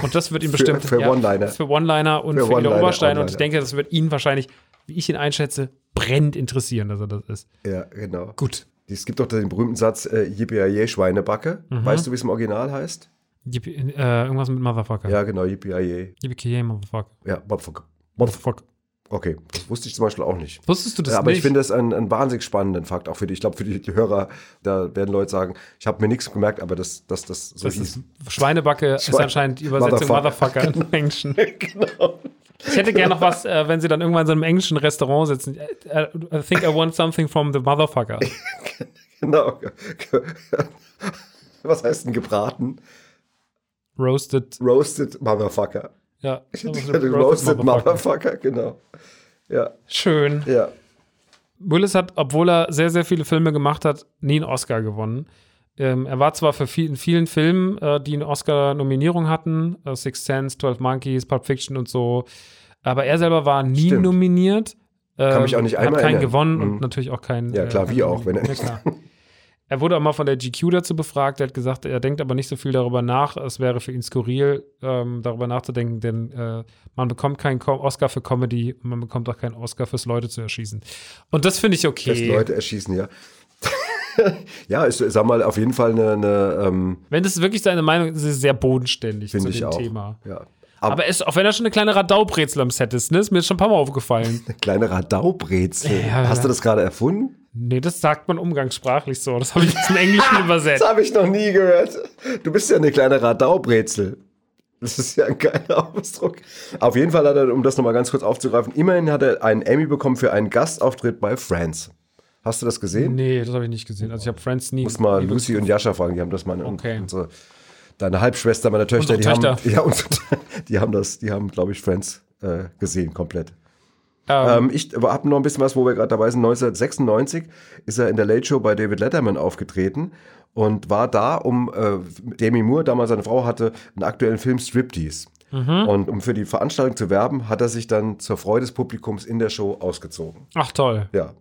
B: Und das wird ihn
E: Für-
B: bestimmt
E: für One-Liner.
B: Für One-Liner und
E: Für
B: für,
E: One-Liner,
B: Ida Oberstein. Und
E: One-Liner.
B: ich denke, das wird ihn wahrscheinlich, wie ich ihn einschätze, brennend interessieren, dass er das ist.
E: ja, genau.
B: Gut.
E: Es gibt doch den berühmten Satz, äh, Yippie Schweinebacke.
B: Mhm.
E: Weißt du, wie es im Original heißt?
B: Yippie- Äh, irgendwas mit Motherfucker.
E: Ja, genau, Yippie
B: Yippie-ki-yay, Motherfucker.
E: Ja, Motherfucker.
B: Motherfucker.
E: Okay, das wusste ich zum Beispiel auch nicht.
B: Wusstest du das
E: Ja, aber
B: nicht?
E: ich finde das einen, einen wahnsinnig spannenden Fakt, auch für die, ich glaube, für die, die Hörer, da werden Leute sagen, ich habe mir nichts gemerkt, aber dass das, das so
B: das
E: hieß.
B: ist, Schweinebacke ist
E: Schwein-
B: anscheinend die Übersetzung
E: Motherfucker. Genau.
B: Motherfucker, in
E: [LAUGHS]
B: Englischen. Ich hätte gerne noch was, äh, wenn sie dann irgendwann in so einem englischen Restaurant sitzen. I, I, I think I want something from the
E: [LAUGHS]
B: Motherfucker.
E: Genau. Was heißt denn gebraten?
B: Roasted.
E: Roasted Motherfucker.
B: Ja.
E: Roasted, Roasted Motherfucker. genau. Ja,
B: Schön.
E: ja.
B: Willis hat, obwohl er sehr, sehr viele Filme gemacht hat, nie einen Oscar gewonnen. Ähm, er war zwar für viel, in vielen Filmen, äh, die eine Oscar-Nominierung hatten, äh, Six Sense, 12 Monkeys, Pulp Fiction und so, aber er selber war nie
E: Stimmt.
B: nominiert. ähm,
E: Kann mich auch nicht einmal
B: Hat keinen
E: erinnern.
B: gewonnen
E: Mhm.
B: und natürlich auch keinen.
E: Ja, klar,
B: keinen
E: wir auch, wenn er
B: nominiert.
E: nicht-
B: Ja, klar. Er wurde auch mal von der GQ dazu befragt. Er hat gesagt, er denkt aber nicht so viel darüber nach. Es wäre für ihn skurril, ähm, darüber nachzudenken, denn äh, man bekommt keinen Com- Oscar für Comedy und man bekommt auch keinen Oscar fürs Leute zu erschießen. Und das finde ich okay.
E: Lässt Leute erschießen, ja. [LAUGHS] ja, ist, sag mal, auf jeden Fall eine, eine ähm,
B: Wenn das wirklich seine Meinung ist, ist es sehr bodenständig zu
E: finde ich
B: dem
E: auch.
B: Thema.
E: Ja. Aber,
B: Aber ist, auch wenn er schon eine kleine Radaubrezel am Set ist, ne, ist mir jetzt schon ein paar Mal
E: [LAUGHS]
B: aufgefallen.
E: eine kleine Radaubrezel.
B: Ja,
E: Hast
B: ja.
E: du das gerade erfunden?
B: nee, das sagt man umgangssprachlich so. Das habe ich jetzt im
E: [LAUGHS]
B: Englischen
E: Das
B: übersetzt.
E: habe ich noch nie gehört. Du bist ja eine kleine Radaubrezel. Das ist ja ein geiler Ausdruck. Auf jeden Fall hat er, um das nochmal ganz kurz aufzugreifen, immerhin hat er einen Emmy bekommen für einen Gastauftritt bei Friends. Hast du das gesehen?
B: Nee, das habe ich nicht gesehen. Also ich habe Friends nie.
E: muss mal
B: nie
E: Lucy und Jascha fragen, die haben das mal
B: Okay.
E: unsere, deine Halbschwester, meine Töchter,
B: Unsere
E: [LAUGHS] die haben,
B: Töchter.
E: ja, unsere, die haben das, die haben, glaube ich, Friends äh, gesehen komplett. Ähm, ich habe noch ein bisschen was, wo wir gerade dabei sind. 1996 ist er in der Late Show bei David Letterman aufgetreten und war da, um äh, Demi Moore, damals seine Frau, hatte einen aktuellen Film Striptease. Und um für die Veranstaltung zu werben, hat er sich dann zur Freude des Publikums in der Show ausgezogen.
B: Ach toll.
E: Ja.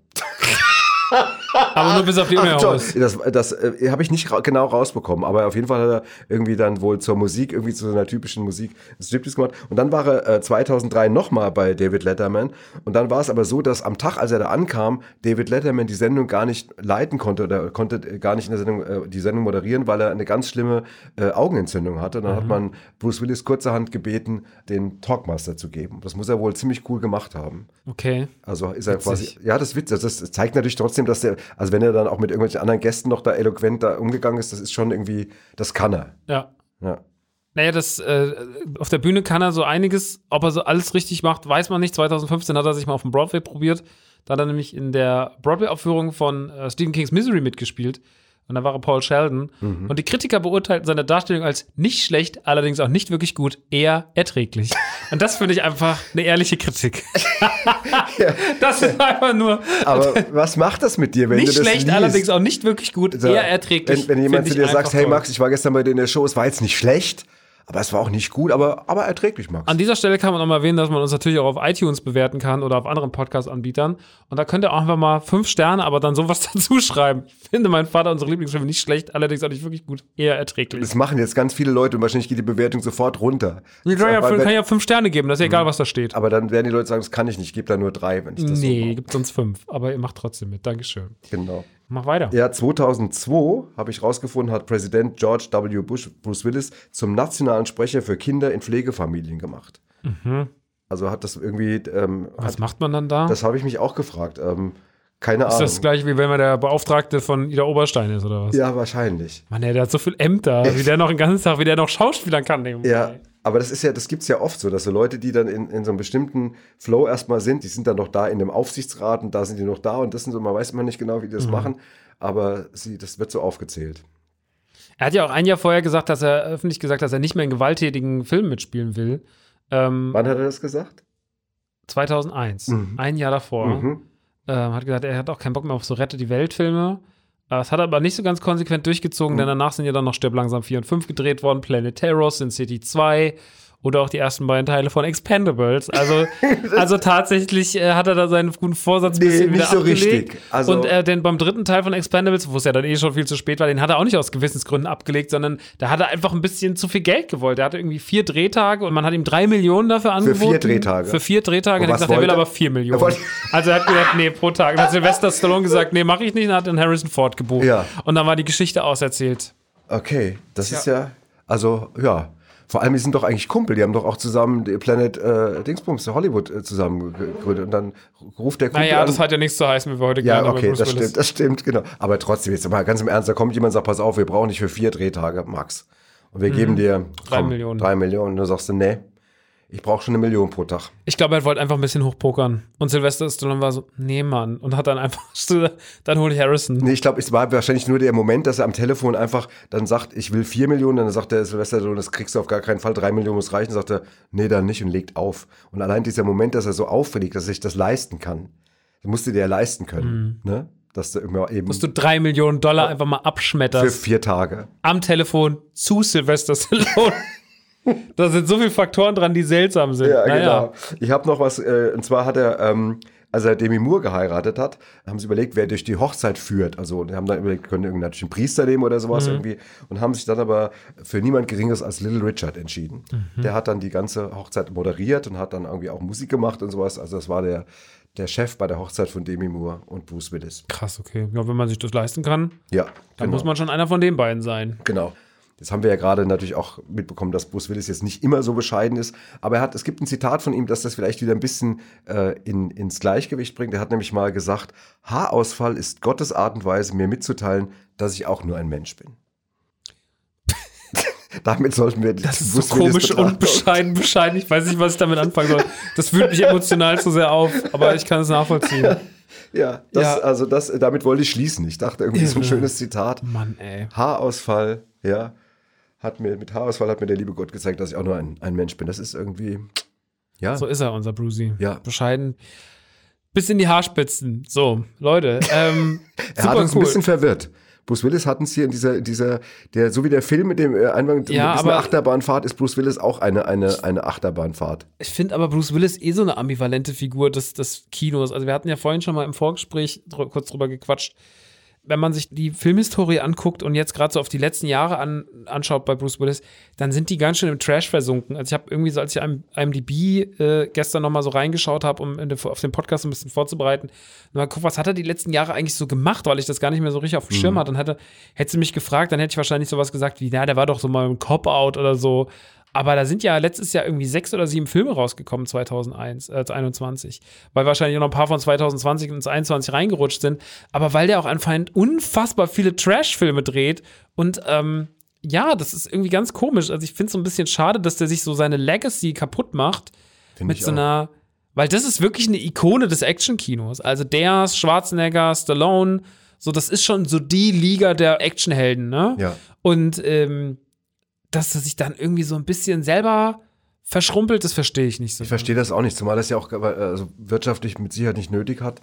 B: Aber nur bis auf die
E: Ah, toll.
B: Unerhaus.
E: Das, das äh, habe ich nicht ra genau rausbekommen, aber auf jeden Fall hat er irgendwie dann wohl zur Musik, irgendwie zu seiner typischen Musik ein Striptease gemacht. Und dann war er äh, 2003 nochmal bei David Letterman. Und dann war es aber so, dass am Tag, als er da ankam, David Letterman die Sendung gar nicht leiten konnte oder konnte äh, gar nicht in der Sendung, äh, die Sendung moderieren, weil er eine ganz schlimme äh, Augenentzündung hatte. Und dann hat man Bruce Willis kurzerhand gebeten, den Talkmaster zu geben. Das muss er wohl ziemlich cool gemacht haben.
B: Okay.
E: Also ist er quasi, ja, das Witz, das, das zeigt natürlich trotzdem, dass der, also wenn er dann auch mit irgendwelchen anderen Gästen noch da eloquent da umgegangen ist, das ist schon irgendwie, das kann er.
B: Ja.
E: Ja.
B: Naja, das, äh, auf der Bühne kann er so einiges, ob er so alles richtig macht, weiß man nicht. 2015 hat er sich mal auf dem Broadway probiert. Da hat er nämlich in der Broadway-Aufführung von äh, Stephen Kings Misery mitgespielt. Und da war er Paul Sheldon.
E: Mhm.
B: Und die Kritiker beurteilten seine Darstellung als nicht schlecht, allerdings auch nicht wirklich gut, eher erträglich. Und das finde ich einfach eine ehrliche
E: [LAUGHS]
B: Kritik. Das ist einfach nur [LAUGHS]
E: Aber was macht das mit dir, wenn
B: nicht
E: du das
B: schlecht,
E: liest?
B: allerdings auch nicht wirklich gut,
E: Da-
B: eher erträglich.
E: Wenn, wenn jemand
B: Find
E: zu
B: ich
E: dir
B: einfach
E: sagt, hey
B: toll.
E: Max, ich war gestern bei dir in der Show, es war jetzt nicht schlecht, aber es war auch nicht gut, aber, aber erträglich, Max.
B: An dieser Stelle kann man auch mal erwähnen, dass man uns natürlich auch auf iTunes bewerten kann oder auf anderen Podcast-Anbietern. Und da könnt ihr auch einfach mal fünf Sterne, aber dann sowas [LAUGHS] dazu schreiben. Ich finde mein Vater unsere Lieblingsfilme nicht schlecht, allerdings auch nicht wirklich gut, eher erträglich.
E: das machen jetzt ganz viele Leute und wahrscheinlich geht die Bewertung sofort runter.
B: Ich kann ja,
E: aber,
B: kann
E: wenn,
B: ja fünf Sterne geben, das ist ja egal, was da steht.
E: aber dann werden die Leute sagen, das kann ich nicht, ich gebe da nur drei, wenn ich das so
B: Nee,
E: mache.
B: gibt sonst fünf, aber ihr macht trotzdem mit. Dankeschön.
E: Genau.
B: Mach weiter.
E: Ja, 2002 habe ich rausgefunden, hat Präsident George W. Bush Bruce Willis zum nationalen Sprecher für Kinder in Pflegefamilien gemacht. Also hat das irgendwie, ähm,
B: Mhm. was
E: hat,
B: macht man dann da?
E: das habe ich mich auch gefragt. Ähm, keine
B: ist
E: Ahnung.
B: das gleich wie wenn man der Beauftragte von Ida Oberstein ist oder was?
E: ja, wahrscheinlich.
B: Mann, ey, der hat so viel Ämter, wie der noch den ganzen Tag, wie der noch Schauspielern kann. nebenbei.
E: Ja, aber das ist ja, das gibt's ja oft so, dass so Leute, die dann in, in so einem bestimmten Flow erstmal sind, die sind dann noch da in dem Aufsichtsrat und da sind die noch da und das sind so, man weiß immer nicht genau, wie die das
B: Mhm.
E: machen, aber sie, das wird so aufgezählt.
B: Er hat ja auch ein Jahr vorher gesagt, dass er öffentlich gesagt, dass er nicht mehr in gewalttätigen Filmen mitspielen will. Ähm,
E: Wann hat er das gesagt?
B: 2001, ein Jahr davor,
E: Mhm.
B: ähm, hat gesagt, er hat auch keinen Bock mehr auf so Rette die Welt-Filme. Äh, Das hat er aber nicht so ganz konsequent durchgezogen,
E: Mhm.
B: denn danach sind ja dann noch Stirb langsam 4 und 5 gedreht worden, Planet Terror, Sin City 2 oder auch die ersten beiden Teile von Expendables. Also,
E: [LAUGHS]
B: also tatsächlich äh, hat er da seinen guten Vorsatz ein
E: Nee,
B: bisschen
E: nicht
B: wieder
E: so
B: abgelegt.
E: richtig. Also-
B: und äh, denn beim dritten Teil von Expendables, wo es ja dann eh schon viel zu spät war, den hat er auch nicht aus Gewissensgründen abgelegt, sondern da hat er einfach ein bisschen zu viel Geld gewollt. Er hatte irgendwie vier Drehtage und man hat ihm drei Millionen dafür angeboten.
E: Drehtage.
B: Für vier Drehtage.
E: Und
B: Und er
E: was
B: hat gesagt, er will
E: wollte er?
B: aber vier Millionen.
E: Er wollte-
B: Also er hat gesagt, nee, pro Tag. Und hat Sylvester Stallone gesagt, nee, mache ich nicht. Und hat dann Harrison Ford gebucht.
E: Ja.
B: Und dann war die Geschichte auserzählt.
E: Okay, das ist ja, also ja, vor allem die sind doch eigentlich Kumpel, die haben doch auch zusammen die Planet äh, Dingsbums Hollywood äh, zusammen ge- gegründet und dann ruft der Kumpel
B: Naja,
E: an.
B: das hat ja nichts zu heißen, wie wir heute
E: ja,
B: gelernt haben bei
E: okay,
B: Bruce
E: das
B: Willis.
E: stimmt, das stimmt, genau. Aber trotzdem, jetzt mal ganz im Ernst, da kommt jemand und sagt, pass auf, wir brauchen dich für vier Drehtage, Max. Und wir geben dir
B: Mhm. Drei Millionen.
E: Drei Millionen. Und dann sagst du, nee, ich brauche schon eine Million pro Tag.
B: Ich glaube, er wollte einfach ein bisschen hochpokern. Und Sylvester Stallone war so, nee, Mann. Und hat dann einfach, [LAUGHS] dann hole ich Harrison.
E: Nee, ich glaube, es war wahrscheinlich nur der Moment, dass er am Telefon einfach dann sagt, ich will 4 Millionen, dann sagt der Silvester Stallone, das kriegst du auf gar keinen Fall, 3 Millionen muss reichen, sagt er, nee, dann nicht und legt auf. Und allein dieser Moment, dass er so auffällig, dass er sich das leisten kann, das musste der ja leisten können, ne? Dass du immer eben
B: Dass du drei Millionen Dollar einfach mal
E: für
B: abschmetterst.
E: vier Tage.
B: Am Telefon zu Sylvester
E: [LAUGHS]
B: Stallone. da sind so viele Faktoren dran, die seltsam sind.
E: Ja,
B: naja.
E: genau. Ich habe noch was, äh, und zwar hat er, ähm, als er Demi Moore geheiratet hat, haben sie überlegt, wer durch die Hochzeit führt. Also die haben dann überlegt, können irgendwie natürlich einen Priester nehmen oder sowas
B: Mhm.
E: irgendwie. Und haben sich dann aber für niemand Geringeres als Little Richard entschieden.
B: Mhm.
E: Der hat dann die ganze Hochzeit moderiert und hat dann irgendwie auch Musik gemacht und sowas. Also das war der, der Chef bei der Hochzeit von Demi Moore und Bruce Willis.
B: Krass, okay. Ja, wenn man sich das leisten kann,
E: Ja,
B: dann muss man schon einer von den beiden sein.
E: Genau. Jetzt haben wir ja gerade natürlich auch mitbekommen, dass Bruce Willis jetzt nicht immer so bescheiden ist. Aber er hat, es gibt ein Zitat von ihm, dass das vielleicht wieder ein bisschen äh, in, ins Gleichgewicht bringt. Er hat nämlich mal gesagt, Haarausfall ist Gottes Art und Weise, mir mitzuteilen, dass ich auch nur ein Mensch bin. [LAUGHS] Damit sollten wir
B: Das ist so komisch und bescheiden, bescheiden. Ich weiß nicht, was ich damit anfangen soll. Das wühlt mich emotional zu sehr auf, aber ich kann es nachvollziehen.
E: Ja, das,
B: Ja.
E: also das, damit wollte ich schließen. Ich dachte irgendwie so ein
B: Irre.
E: schönes Zitat.
B: Mann, ey.
E: Haarausfall, ja, hat mir, mit Haarausfall hat mir der liebe Gott gezeigt, dass ich auch nur ein, ein Mensch bin. Das ist irgendwie, ja.
B: So ist er, unser Brucey.
E: Ja.
B: Bescheiden. Bis in die Haarspitzen. So, Leute. Ähm,
E: [LAUGHS] Er hat uns ein bisschen verwirrt. Bruce Willis hat uns hier in dieser, dieser, der, so wie der Film mit dem äh,
B: Ja,
E: Anfang, ein bisschen
B: aber-
E: eine Achterbahnfahrt, ist Bruce Willis auch eine, eine, eine Achterbahnfahrt.
B: Ich finde aber Bruce Willis eh so eine ambivalente Figur des, des Kinos. Also wir hatten ja vorhin schon mal im Vorgespräch dr kurz drüber gequatscht. Wenn man sich die Filmhistorie anguckt und jetzt gerade so auf die letzten Jahre an, anschaut bei Bruce Willis, dann sind die ganz schön im Trash versunken. Also ich habe irgendwie so, als ich am IMDb äh, gestern noch mal so reingeschaut habe, um in der, auf den Podcast ein bisschen vorzubereiten, mal guck, was hat er die letzten Jahre eigentlich so gemacht, weil ich das gar nicht mehr so richtig auf dem Schirm hatte. Und hätte, hätte sie mich gefragt, dann hätte ich wahrscheinlich sowas gesagt wie, na, der war doch so mal im Cop-Out oder so. Aber da sind ja letztes Jahr irgendwie sechs oder sieben Filme rausgekommen, 2001, äh, 21. Weil wahrscheinlich auch noch ein paar von 2020 und 2021 reingerutscht sind. Aber weil der auch anscheinend unfassbar viele Trash-Filme dreht. Und ähm, ja, das ist irgendwie ganz komisch. Also ich finde es so ein bisschen schade, dass der sich so seine Legacy kaputt macht. mit
E: ich
B: so
E: auch.
B: einer. Weil das ist wirklich eine Ikone des Action-Kinos. Also der, Schwarzenegger, Stallone, so, das ist schon so die Liga der Actionhelden, ne?
E: Ja.
B: Und ähm, dass er sich dann irgendwie so ein bisschen selber verschrumpelt, das verstehe ich nicht so.
E: Ich verstehe das auch nicht, zumal das ja auch äh, also wirtschaftlich mit Sicherheit nicht nötig hat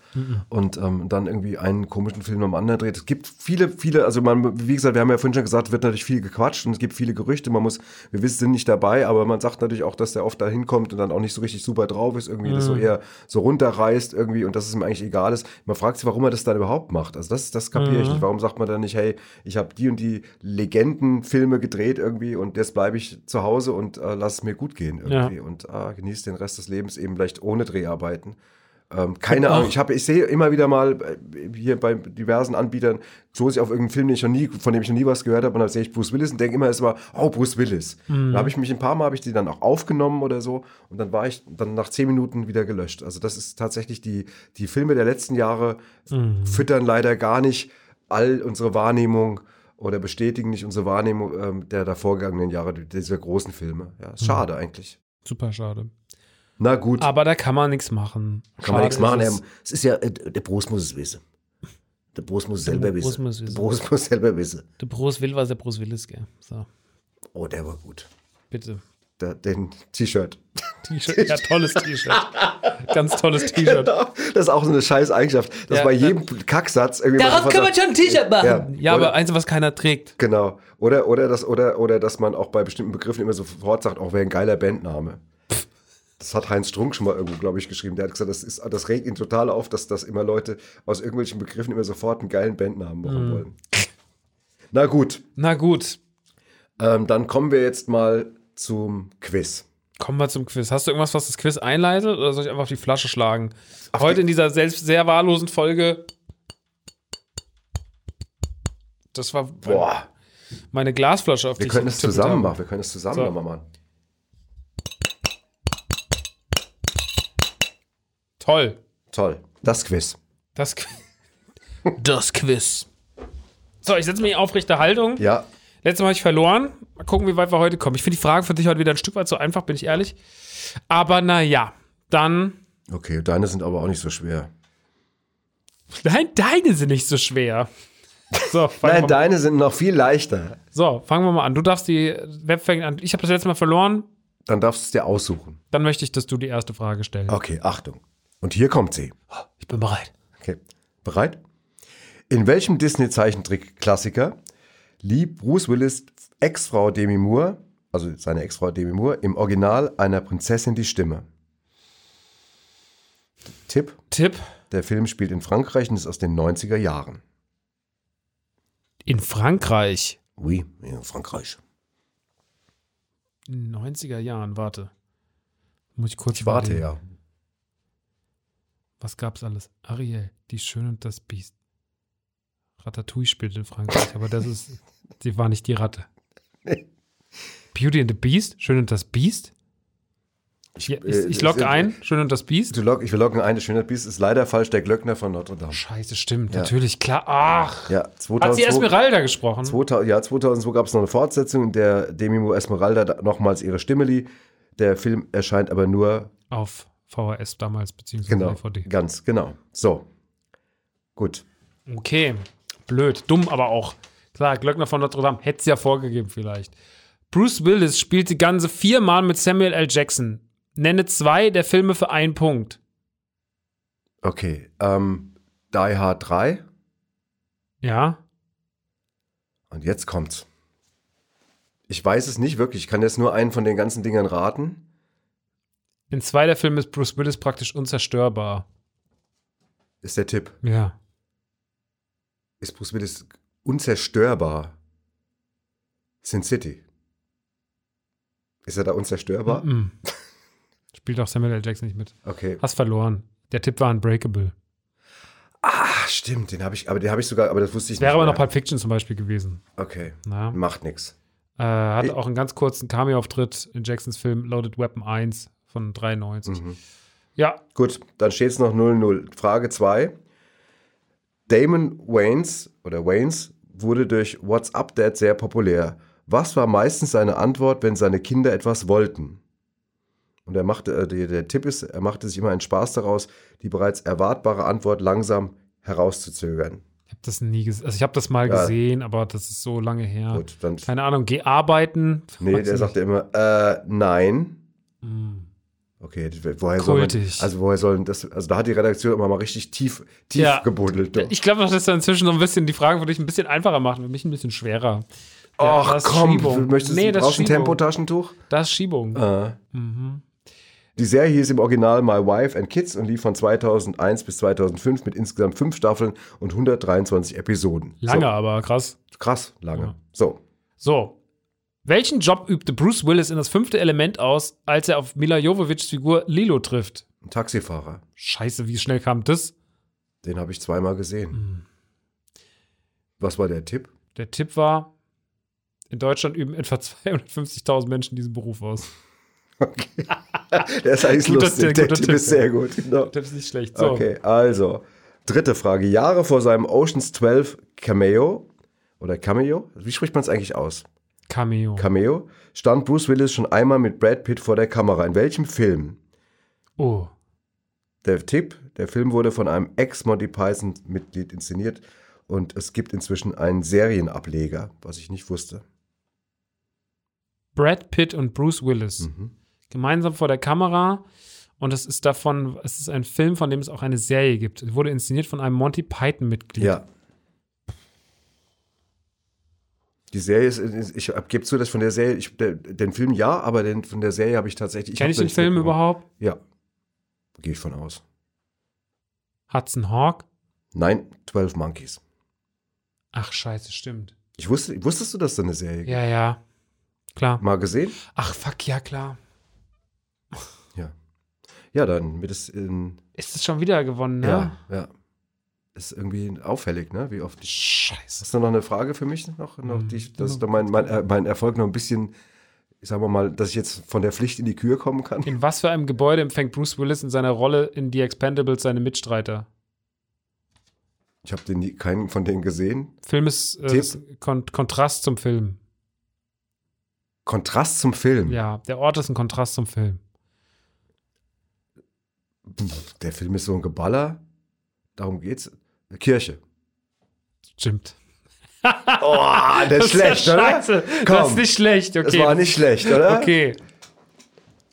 E: und ähm, dann irgendwie einen komischen Film am anderen dreht. Es gibt viele, viele, also man, wie gesagt, wir haben ja vorhin schon gesagt, wird natürlich viel gequatscht und es gibt viele Gerüchte. Man muss, wir wissen, sind nicht dabei, aber man sagt natürlich auch, dass der oft da hinkommt und dann auch nicht so richtig super drauf ist, irgendwie das so eher so runterreißt irgendwie und dass es ihm eigentlich egal ist. Man fragt sich, warum er das dann überhaupt macht. Also das, das kapiere ich nicht. Warum sagt man dann nicht, hey, ich habe die und die Legendenfilme gedreht irgendwie und jetzt bleibe ich zu Hause und äh, lass es mir gut gehen irgendwie und ah, genießt den Rest des Lebens eben vielleicht ohne Dreharbeiten. Ähm, keine Ahnung, ich, hab, ich sehe immer wieder mal äh, hier bei diversen Anbietern, stoße ich auf irgendeinen Film, den ich noch nie, von dem ich noch nie was gehört habe, und dann sehe ich Bruce Willis und denke immer, es war, oh, Bruce Willis. Da habe ich mich ein paar Mal, habe ich die dann auch aufgenommen oder so, und dann war ich dann nach zehn Minuten wieder gelöscht. Also das ist tatsächlich, die, die Filme der letzten Jahre füttern leider gar nicht all unsere Wahrnehmung oder bestätigen nicht unsere Wahrnehmung ähm, der davorgegangenen Jahre, dieser großen Filme. Ja, ist schade eigentlich.
B: Super schade.
E: Na gut.
B: Aber da kann man nichts machen.
E: Kann man nichts machen,
B: ist
E: Herr
B: es.
A: Es ist ja, äh, der Brust muss es wissen. Der Brust muss es selber
B: Brust
A: wissen.
B: muss es
A: Der
B: wissen.
A: Brust muss selber wissen.
B: Der Bruce will, was der Bruce will ist, gell? So,
A: Oh, der war gut.
B: bitte.
E: Da, den T-Shirt.
B: T-Shirt. Ja, tolles T-Shirt. [LAUGHS] Ganz tolles
E: [LAUGHS]
B: T-Shirt.
E: Das ist auch so eine scheiß Eigenschaft, dass
B: Ja,
E: bei
B: ja.
E: jedem Kacksatz irgendwie.
F: Darauf
E: man
F: kann man
E: sofort
F: schon ein T-Shirt machen.
E: sagt,
B: Ja,
E: oder,
B: aber eins, was keiner trägt.
E: Genau. Oder, oder, das, oder, oder dass man auch bei bestimmten Begriffen immer sofort sagt, auch wäre ein geiler Bandname. Das hat Heinz Strunk schon mal irgendwo, glaube ich, geschrieben. Der hat gesagt, das, ist, das regt ihn total auf, dass, dass immer Leute aus irgendwelchen Begriffen immer sofort einen geilen Bandnamen
B: Hm.
E: machen wollen. Na gut,
B: Na gut,
E: ähm, dann kommen wir jetzt mal zum Quiz.
B: kommen wir zum Quiz. Hast du irgendwas, was das Quiz einleitet oder soll ich einfach auf die Flasche schlagen? Heute in dieser selbst sehr wahllosen Folge. Das war
E: Boah,
B: meine Glasflasche, auf die
E: wir können
B: ich
E: es
B: getippt
E: zusammen
B: habe.
E: machen. Wir können es zusammen
B: So.
E: nochmal machen.
B: Toll.
E: Toll. Das Quiz.
B: Das, [LAUGHS] das Quiz. So, ich setze mich in aufrechte Haltung.
E: Ja,
B: Letztes Mal habe ich verloren. Mal gucken, wie weit wir heute kommen. Ich finde die Fragen für dich heute wieder ein Stück weit so einfach, bin ich ehrlich. Aber naja, dann. [LAUGHS]
E: Okay, deine sind aber auch nicht so schwer.
B: Nein, deine sind nicht so schwer.
E: [LAUGHS]
B: So, fangen wir mal-
E: Nein, deine sind noch viel leichter.
B: So, fangen wir mal an. Du darfst die Webfänge an. Ich habe das letzte Mal verloren.
E: Dann darfst du es dir aussuchen.
B: Dann möchte ich, dass du die erste Frage stellst.
E: Okay, Achtung. Und hier kommt sie.
B: Ich bin bereit.
E: Okay, bereit? In welchem Disney-Zeichentrick-Klassiker liebt Bruce Willis Ex-Frau Demi Moore, also seine Ex-Frau Demi Moore, im Original einer Prinzessin die Stimme? Tipp:
B: Tipp:
E: Der Film spielt in Frankreich und ist aus den 90er Jahren.
B: In Frankreich.
A: Oui, in Frankreich.
B: In den 90er Jahren, warte. Muss ich kurz
E: Ich warte
B: überlegen.
E: ja.
B: Was gab's alles? Ariel, die Schöne und das Biest. Ratatouille spielt in Frankreich, aber das
E: [LAUGHS]
B: ist. Sie war nicht die Ratte. Beauty and the Beast? Schön und das Biest? Ja, ich,
E: äh,
B: ich logge
E: äh,
B: ein. Schön und das Biest?
E: Du log, ich will loggen ein, das schöne Biest ist leider falsch, der Glöckner von Notre Dame.
B: Scheiße, stimmt. Natürlich, klar. Ach.
E: Ja,
B: Hat sie
E: 2002.
B: Esmeralda gesprochen?
E: 2000, ja, 2002 gab es noch eine Fortsetzung, in der Demi Esmeralda da- nochmals ihre Stimme lieh. Der Film erscheint aber nur,
B: Auf VHS damals, beziehungsweise
E: genau,
B: DVD.
E: ganz genau. So, gut.
B: Okay. Blöd, dumm, aber auch. Klar, Glöckner von Notre Dame hätte es ja vorgegeben, vielleicht. Bruce Willis spielte ganze viermal mit Samuel L. Jackson. Nenne zwei der Filme für einen Punkt.
E: Okay. Ähm, Die Hard 3.
B: Ja.
E: Und jetzt kommt's. Ich weiß es nicht wirklich. Ich kann jetzt nur einen von den ganzen Dingern raten.
B: In zwei der Filme ist Bruce Willis praktisch unzerstörbar.
E: Ist der Tipp.
B: Ja.
E: Ist Bruce Willis unzerstörbar? Sin City. Ist er da unzerstörbar?
B: Mm. Spielt auch Samuel L. Jackson nicht mit.
E: Okay.
B: Hast verloren. Der Tipp war Unbreakable.
E: Ah, stimmt, den habe ich, aber den habe ich sogar, aber das wusste ich
B: Wäre aber
E: nicht.
B: noch Pulp Fiction zum Beispiel gewesen.
E: noch Okay.
B: Na?
E: Macht nichts.
B: Äh, hat
E: Ich-
B: auch einen ganz kurzen Cameo-Auftritt in Jacksons Film Loaded Weapon 1 von 93. Ja,
E: Gut, dann steht es noch 0-0. Frage 2. Damon Waynes oder Waynes wurde durch What's Up Dad sehr populär. Was war meistens seine Antwort, wenn seine Kinder etwas wollten? Und er machte, äh, der, der Tipp ist, er machte sich immer einen Spaß daraus, die bereits erwartbare Antwort langsam herauszuzögern.
B: ich habe das nie gesehen. Also ich habe das mal
E: Ja.
B: gesehen, aber das ist so lange her.
E: Gut, dann.
B: Keine Ahnung, geh arbeiten.
E: Nee,
B: Weiß
E: der
B: ich
E: sagte immer, äh, nein.
B: nicht. Mm.
E: Okay, woher soll man,
B: Kultig.
E: also woher sollen das, also da hat die Redaktion immer mal richtig tief, tief
B: Ja.
E: gebuddelt.
B: Ich glaube doch, dass da inzwischen so ein bisschen die Fragen für dich ein bisschen einfacher machen, für mich ein bisschen schwerer. Ja,
E: Ach
B: das ist
E: komm,
B: Schiebung.
E: möchtest
B: Nee,
E: du
B: das
E: brauchst ein
B: ist Schiebung.
E: Tempotaschentuch?
B: Das ist Schiebung.
E: Äh.
B: Mhm.
E: Die Serie hieß im Original My Wife and Kids und lief von 2001 bis 2005 mit insgesamt fünf Staffeln und 123 Episoden.
B: Lange, aber krass.
E: So, krass, lange.
B: Ja.
E: So,
B: So. Welchen Job übte Bruce Willis in das fünfte Element aus, als er auf Mila Jovovichs Figur Lilo trifft?
E: ein Taxifahrer.
B: Scheiße, wie schnell kam das?
E: Den habe ich zweimal gesehen.
B: Hm.
E: Was war der Tipp?
B: Der Tipp war, in Deutschland üben etwa [LAUGHS] 250.000 Menschen diesen Beruf aus.
E: Okay. [LAUGHS] der ist eigentlich
B: Guter-
E: lustig. Der
B: guter
E: Tipp
B: Tipp,
E: ist
B: ja.
E: sehr gut. Genau.
B: Der ist nicht schlecht. So.
E: Okay, also. Dritte Frage. Jahre vor seinem Oceans 12 Cameo oder Cameo, wie spricht man es eigentlich aus?
B: Cameo.
E: Cameo, stand Bruce Willis schon einmal mit Brad Pitt vor der Kamera. In welchem Film?
B: oh.
E: Der Tipp, der Film wurde von einem Ex-Monty Python-Mitglied inszeniert und es gibt inzwischen einen Serienableger, was ich nicht wusste.
B: Brad Pitt und Bruce Willis.
E: Mhm.
B: Gemeinsam vor der Kamera. Und es ist davon, es ist ein Film, von dem es auch eine Serie gibt. Es wurde inszeniert von einem Monty Python-Mitglied.
E: Ja. Die Serie ist, ich gebe zu, dass von der Serie, ich, der, den Film ja, aber den, von der Serie habe ich tatsächlich.
B: Kenne
E: hab
B: ich
E: da
B: den
E: nichts
B: Film
E: mitbekommen.
B: überhaupt?
E: Ja. Gehe ich von aus.
B: Hudson Hawk?
E: Nein, 12 Monkeys.
B: Ach, scheiße, stimmt.
E: Ich wusste, wusstest du, dass da eine Serie gibt?
B: Ja, ja. Klar.
E: Mal gesehen?
B: Ach, fuck, ja, klar.
E: Ja. Ja, dann mit es in.
B: Ist es schon wieder gewonnen, ne?
E: Ja, ja. Ist irgendwie auffällig, ne? Wie oft. Ich,
B: Scheiße.
E: hast du noch eine Frage für mich noch? noch die, ich- dass
B: Ja.
E: ich da mein, mein, äh, mein Erfolg noch ein bisschen, ich sag mal, dass ich jetzt von der Pflicht in die Kür kommen kann?
B: In was für einem Gebäude empfängt Bruce Willis in seiner Rolle in The Expendables seine Mitstreiter?
E: Ich habe den nie, keinen von denen gesehen.
B: Film ist äh,
E: Tipp?
B: ist Kon Kontrast zum Film.
E: Kontrast zum Film.
B: Ja, der Ort ist ein Kontrast zum Film.
E: Pff, Der Film ist so ein Geballer. Darum geht's.
B: [LAUGHS]
E: Kirche.
B: Stimmt.
E: Oh, der ist schlecht,
B: ja
E: oder?
B: scheiße. Das
E: Komm.
B: ist nicht schlecht, okay.
E: Das war nicht schlecht, oder?
B: Okay.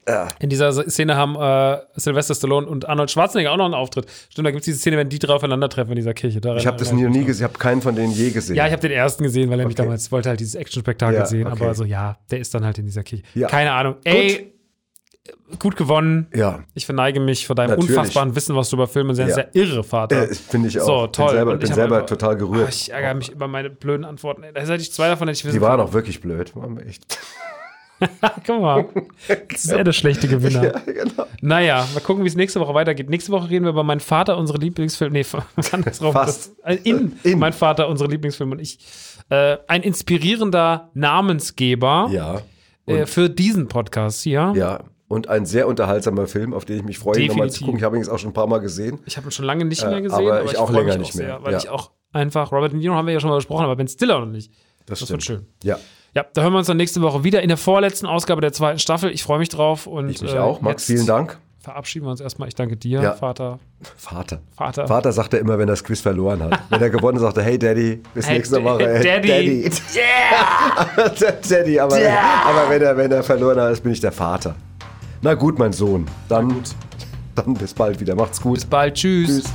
E: Ja.
B: In dieser Szene haben äh, Sylvester Stallone und Arnold Schwarzenegger auch noch einen Auftritt. Stimmt, da gibt es diese Szene, wenn die drei aufeinandertreffen in dieser Kirche.
E: Ich habe das nie, nie
B: gesehen.
E: gesehen. Ich habe keinen von denen je gesehen.
B: Ja, ich habe den ersten gesehen, weil er mich
E: Okay.
B: damals wollte halt dieses Action-Spektakel
E: Ja,
B: sehen.
E: okay.
B: Aber so, ja, der ist dann halt in dieser Kirche.
E: Ja.
B: Keine Ahnung. Ey, gut, gewonnen.
E: ja.
B: Ich verneige mich vor deinem
E: Natürlich.
B: unfassbaren Wissen, was du über Filme sehr,
E: Ja.
B: sehr irre, Vater.
E: Äh, Finde ich auch.
B: So, toll.
E: Bin selber,
B: Und
E: bin
B: hab
E: selber
B: einfach-
E: total gerührt.
B: Ah, ich ärgere mich über meine blöden Antworten. Da hätte ich zwei davon hätte ich wissen
E: Die waren auch wirklich blöd. Mann, echt.
B: können. Guck
E: [LAUGHS]
B: mal. Das ist eher der schlechte [LAUGHS] Gewinner.
E: Ja, genau.
B: Naja, mal gucken, wie es nächste Woche weitergeht. Nächste Woche reden wir über meinen Vater, unsere Lieblingsfilme. Nee, [LAUGHS] andersrum.
E: Fast.
B: Das, äh, in,
E: In.
B: Mein Vater, unsere Lieblingsfilme und ich. Äh, ein inspirierender Namensgeber
E: Ja.
B: äh, für diesen Podcast hier.
E: Ja. Und ein sehr unterhaltsamer Film, auf den ich mich freue, ihn nochmal zu
B: Definitiv.
E: gucken. Ich habe ihn jetzt auch schon ein paar Mal gesehen.
B: Ich habe ihn schon lange nicht
E: Äh,
B: mehr gesehen,
E: aber ich auch
B: freu
E: länger
B: mich
E: nicht mehr.
B: Sehr, weil
E: Ja.
B: ich auch einfach, Robert De Niro haben wir ja schon mal besprochen, aber Ben Stiller noch nicht.
E: Das,
B: Das wird schön.
E: Ja.
B: Ja, da hören wir uns dann nächste Woche wieder in der vorletzten Ausgabe der zweiten Staffel. Ich freue mich drauf und
E: Ich mich
B: äh,
E: auch. Max,
B: jetzt
E: vielen Dank.
B: Verabschieden wir uns erstmal. Ich danke dir,
E: Ja.
B: Vater.
E: Vater.
B: Vater.
E: Vater sagt er immer, wenn er das Quiz verloren hat. wenn er gewonnen hat, sagt er, hey Daddy, bis
B: Hey,
E: nächste
B: D-
E: Woche.
B: Daddy.
E: Daddy. [LAUGHS] Daddy, aber, aber wenn, er, wenn er verloren hat, ist, bin ich der Vater. Na gut, mein Sohn. Dann Dann bis bald wieder. Macht's gut.
B: Bis bald. Tschüss.
E: Tschüss.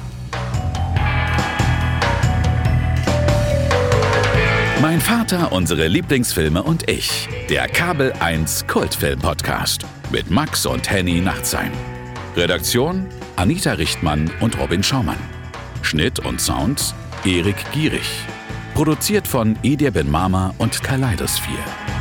C: Mein Vater, unsere Lieblingsfilme und ich. Der Kabel 1 Kultfilm Podcast mit Max und Henny Nachtsheim. Redaktion Anita Richtmann und Robin Schaumann. Schnitt und Sound Erik Gierig. Produziert von Edir Ben Mama und Kaleidos 4.